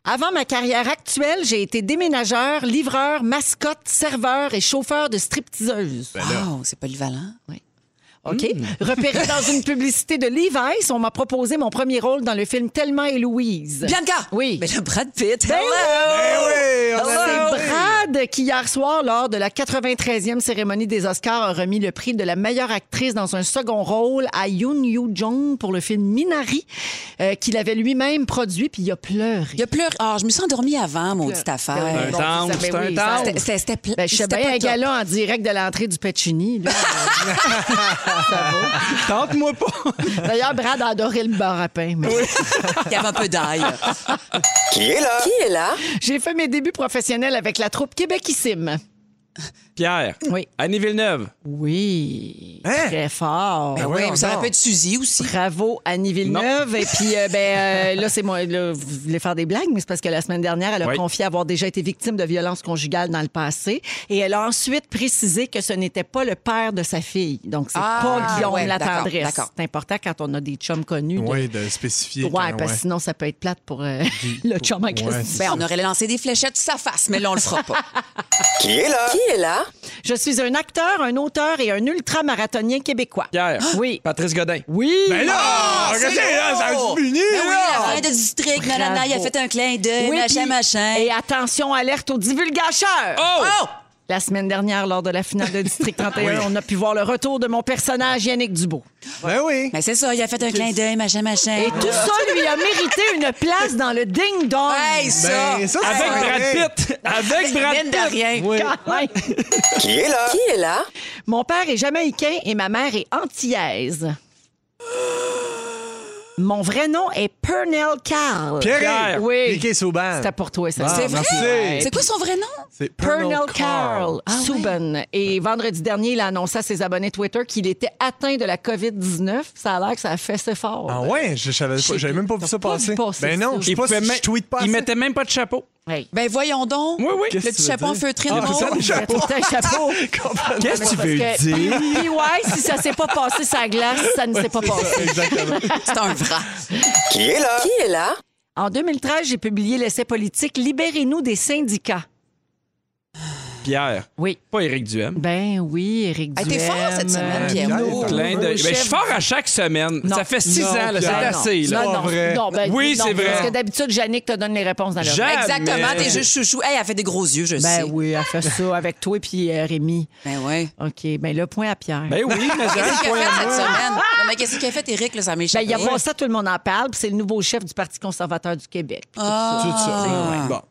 Avant ma carrière actuelle, j'ai été déménageur, livreur, mascotte, serveur et chauffeur de stripteaseuse.
Oh, c'est polyvalent.
OK.
hmm.
Repéré dans une publicité de Levi's, on m'a proposé mon premier rôle dans le film Tellement et Louise.
Bianca!
Ben, Oui.
Mais le Brad Pitt.
Ben
Hello!
Eh oui, on a-
C'est Brad qui, hier soir, lors de la 93e cérémonie des Oscars, a remis le prix de la meilleure actrice dans un second rôle à Yoon Yoo Jong pour le film Minari, euh, qu'il avait lui-même produit, puis il a pleuré.
Il y a pleuré. Ah, je me suis endormie avant, maudite
Ben,
affaire.
Un
bon,
temple,
ça, ben
c'est un
oui, ça,
temple.
c'était-
C'était- C'était pla-
Ben, je sais
c'était
bien
pas
un
top.
gala en direct de l'entrée du Petchini. là. ça
Tente-moi pas!
va. D'ailleurs, Brad a adoré le bar à pain. mais-
Il y avait un peu d'ail.
J'ai fait mes débuts professionnels avec la troupe Québécissime.
Pierre.
Oui.
Annie Villeneuve.
Oui.
Hein?
Très fort.
Ben oui,
voyons
ça
donc.
rappelle Suzy aussi.
Bravo, Annie Villeneuve. Et puis, euh, ben, euh, là, c'est moi. là, vous voulez faire des blagues, mais c'est parce que la semaine dernière, elle a
Oui.
confié avoir déjà été victime de violences conjugales dans le passé. Et elle a ensuite précisé que ce n'était pas le père de sa fille. Donc, c'est
Ah,
pas Guillaume
ouais,
la
d'accord,
tendresse.
d'accord.
C'est important quand on a des chums connus. de-
Oui, de spécifier.
Ouais,
que-
parce que
ouais.
sinon, ça peut être plate pour euh, le chum en question.
Ouais, c'est
Ben, on aurait lancé des fléchettes sur sa face, mais là, on le fera pas.
Ben, Je suis un acteur, un auteur et un ultramarathonien québécois.
Pierre.
Ah!
Ah.
Oui.
Patrice Godin.
Oui.
Ben là,
Ah,
regardez, là, ça
lourd.
diminue,
Ben oui,
là.
la fin de district, nanana, il a fait un clin d'œil,
Oui,
machin,
puis-
machin.
Et attention, alerte aux divulgateurs.
Oh!
La semaine dernière, lors de la finale de District 31, on a pu voir le retour de mon personnage Yannick Dubo.
Ben oui.
Mais c'est ça, il a fait un clin d'œil, machin, machin.
Et tout ça lui a mérité une place dans le Ding Dong.
Hey, ça!
Ben, ça, c'est
Avec
vrai.
Brad Pitt. Avec Brad
Mine de
Pitt.
rien.
Oui.
Quand même.
Qui est là? Qui est là?
Mon père est jamaïcain et ma mère est antillaise. Mon vrai nom est Pernell Carl.
Pierre,
Oui.
Mickey Souban.
C'était pour toi, ça.
Ah,
C'est vrai?
merci.
C'est quoi son vrai nom?
C'est
Pernell
Colonel
Carl
Ah
Subban. Et vendredi dernier, il a annoncé à ses abonnés Twitter qu'il était atteint de la COVID-19. Ça a l'air que ça a fait ses fort.
Ah ouais, je savais pas, j'avais même pas vu ça
pas vu
passer.
passer
Ben non,
ça.
je sais pas
pouvait
si
même-
je tweet pas.
il
assez.
mettait même pas de chapeau.
Hey.
Ben voyons donc.
Oui, oui.
Le
Qu'est-ce que
petit
tu veux
chapeau en
dire?
feutré de
Ah, c'est ça,
monde.
le chapeau.
Porter un chapeau.
Qu'est-ce que tu veux
Parce que
dire?
Puis ouais, si ça s'est pas passé sa glace, ça ne s'est pas passé.
Exactement.
C'est un vrai.
Qui est là? Qui est là?
En 2013, j'ai publié l'essai politique Libérez-nous des syndicats.
Pierre.
Oui.
Pas Éric Duhem.
Ben oui, Éric
Ah,
Duhem.
T'es fort cette semaine,
euh,
Pierre.
Pierre,
Oh.
Plein de- Ben, je suis fort à chaque semaine.
Non.
Ça fait six
Non,
ans, là, c'est
Pierre.
assez.
Non,
Là.
pas
non,
vrai.
non, ben,
Oui,
non,
c'est vrai.
Parce que d'habitude, Jannick te donne les réponses dans l'heure.
Jamais.
Exactement, t'es juste chouchou. Hey, elle fait des gros yeux, je
Ben
sais.
oui, elle fait ça avec toi et puis euh, Rémi.
Ben oui.
OK, ben le point à Pierre.
Ben oui, mais j'ai un
Qu'est-ce qu'il
point
a
à
fait cette
moi.
semaine? Non, mais qu'est-ce qu'il a fait, Éric? là, Ça
Ben,
m'échappe.
il y a pas ça, tout le monde en parle, puis c'est le nouveau chef du Parti conservateur du Québec.
Tout ça. Bon.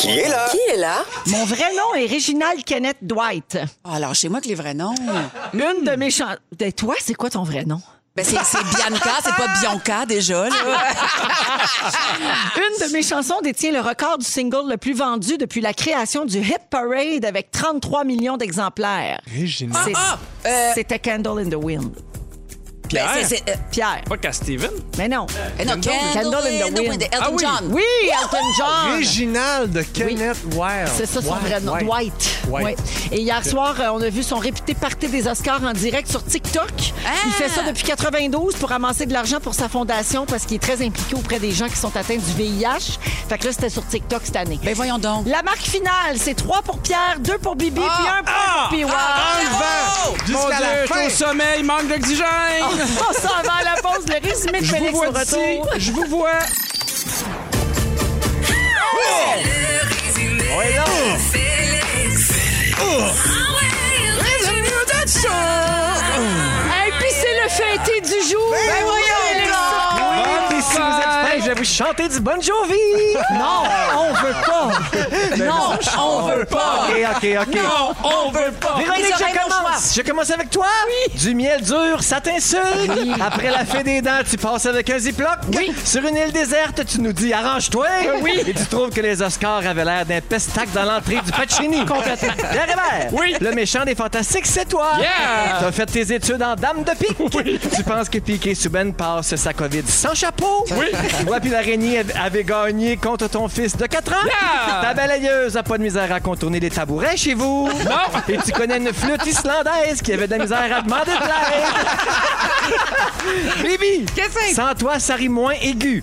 Qui est là? Qui est là?
Mon vrai nom est Réginald Kenneth Dwight.
Ah, Alors, chez moi que les vrais noms.
Une de mes chansons. Toi, c'est quoi ton vrai nom?
Ben, c'est c'est Bianca, c'est pas Bianca déjà, là.
Une de mes chansons détient le record du single le plus vendu depuis la création du Hit Parade avec 33 millions d'exemplaires.
Régina.
C'est-
Ah! Euh,
C'était Candle in the Wind.
ben,
Pierre.
c'est- c'est- euh,
Pierre.
Pas qu'à Steven.
Mais Euh, non.
eh non, Candle in the Wind, Elton
Ah oui.
John.
Oui, Elton John.
Réginal de Kenneth Wilde.
C'est ça son
Wilde,
vrai nom,
Wilde.
Dwight.
White.
Ouais. Et hier soir, euh, on a vu son réputé party des Oscars en direct sur TikTok. Il fait ça depuis 92 pour amasser de l'argent pour sa fondation parce qu'il est très impliqué auprès des gens qui sont atteints du VIH. Fait que là, c'était sur TikTok cette année.
Ben, voyons donc.
La marque finale, c'est 3 pour Pierre, 2 pour Bibi, puis 1 point pour PY.
Ah!
Enlevant
Mon
jusqu'à
Dieu,
la
je suis
fin.
au sommeil, manque
Ah, On
d'oxygène.
s'en va à la pause. Le résumé de
Je vous
Félix au
vois d'ici.
retour.
Je vous vois. Oh!
Et Ah, puis c'est le fêté du jour. Ben voyons
Et si vous êtes prêts, je vais vous chanter du Bon Jovi.
Non, on veut pas. Non, on veut pas.
OK, OK, OK.
Non, on veut pas.
Véronique,
Les oreilles
je
n'ont
commence. Je commence avec toi. Du miel dur, ça t'insulte. Après la fée des dents, tu passes avec un ziploc. Sur une île déserte, tu nous dis arrange-toi. Euh, Oui. Et tu trouves que les Oscars avaient l'air d'un pestac dans l'entrée du Pacini. Complètement. Pierre Hébert.
Oui.
Le méchant des fantastiques, c'est toi.
Yeah.
T'as fait tes études en dame de pique. Tu penses que Piqué Souben passe sa COVID sans chapeau. Oui. Moi puis l'araignée av- avait gagné contre ton fils de 4 ans.
Yeah.
Ta balayeuse a pas de misère à contourner les tabourets chez vous.
Non.
Et tu connais une flûte islandaise qui avait de la misère à demander de l'aide. Bibi, sans toi, ça rit moins aigu.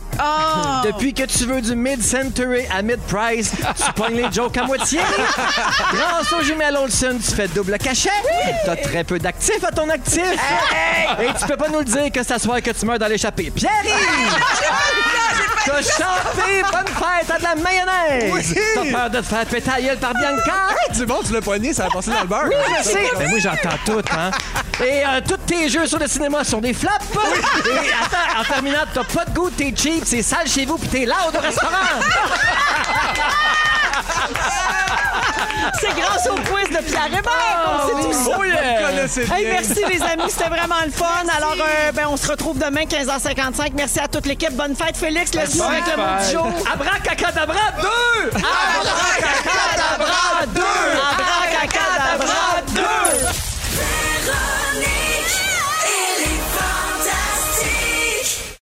Depuis que tu veux du mid-century à mid-price, tu pognes les jokes à moitié. Grâce aux jumelles Olsen, tu fais double cachet. T'as très peu d'actifs à ton actif. Et tu peux pas nous le dire que ça soit que tu meurs dans l'échappée. Pierre! T'as chanté Bonne fête à de la mayonnaise!
Oui.
T'as peur de te faire péter la gueule par Bianca!
C'est bon, tu l'as poigné, ça a passé dans le beurre. Ben,
Oui, je sais. Mais moi, j'entends tout, hein. Et euh, tous tes jeux sur le cinéma sont des flops. Et attends, en terminant, t'as pas de goût, t'es cheap, c'est sale chez vous, puis t'es loud au restaurant.
C'est grâce au quiz de Pierre Hébert. qu'on sait tout ça.
Oh yeah.
Connaissez
Hey,
bien.
merci les amis, c'était vraiment le fun. Alors, euh, ben, on se retrouve demain 15h55. Merci à toute l'équipe. Bonne fête Félix, le avec le mot du jour.
Abracacadabra 2!
Ah!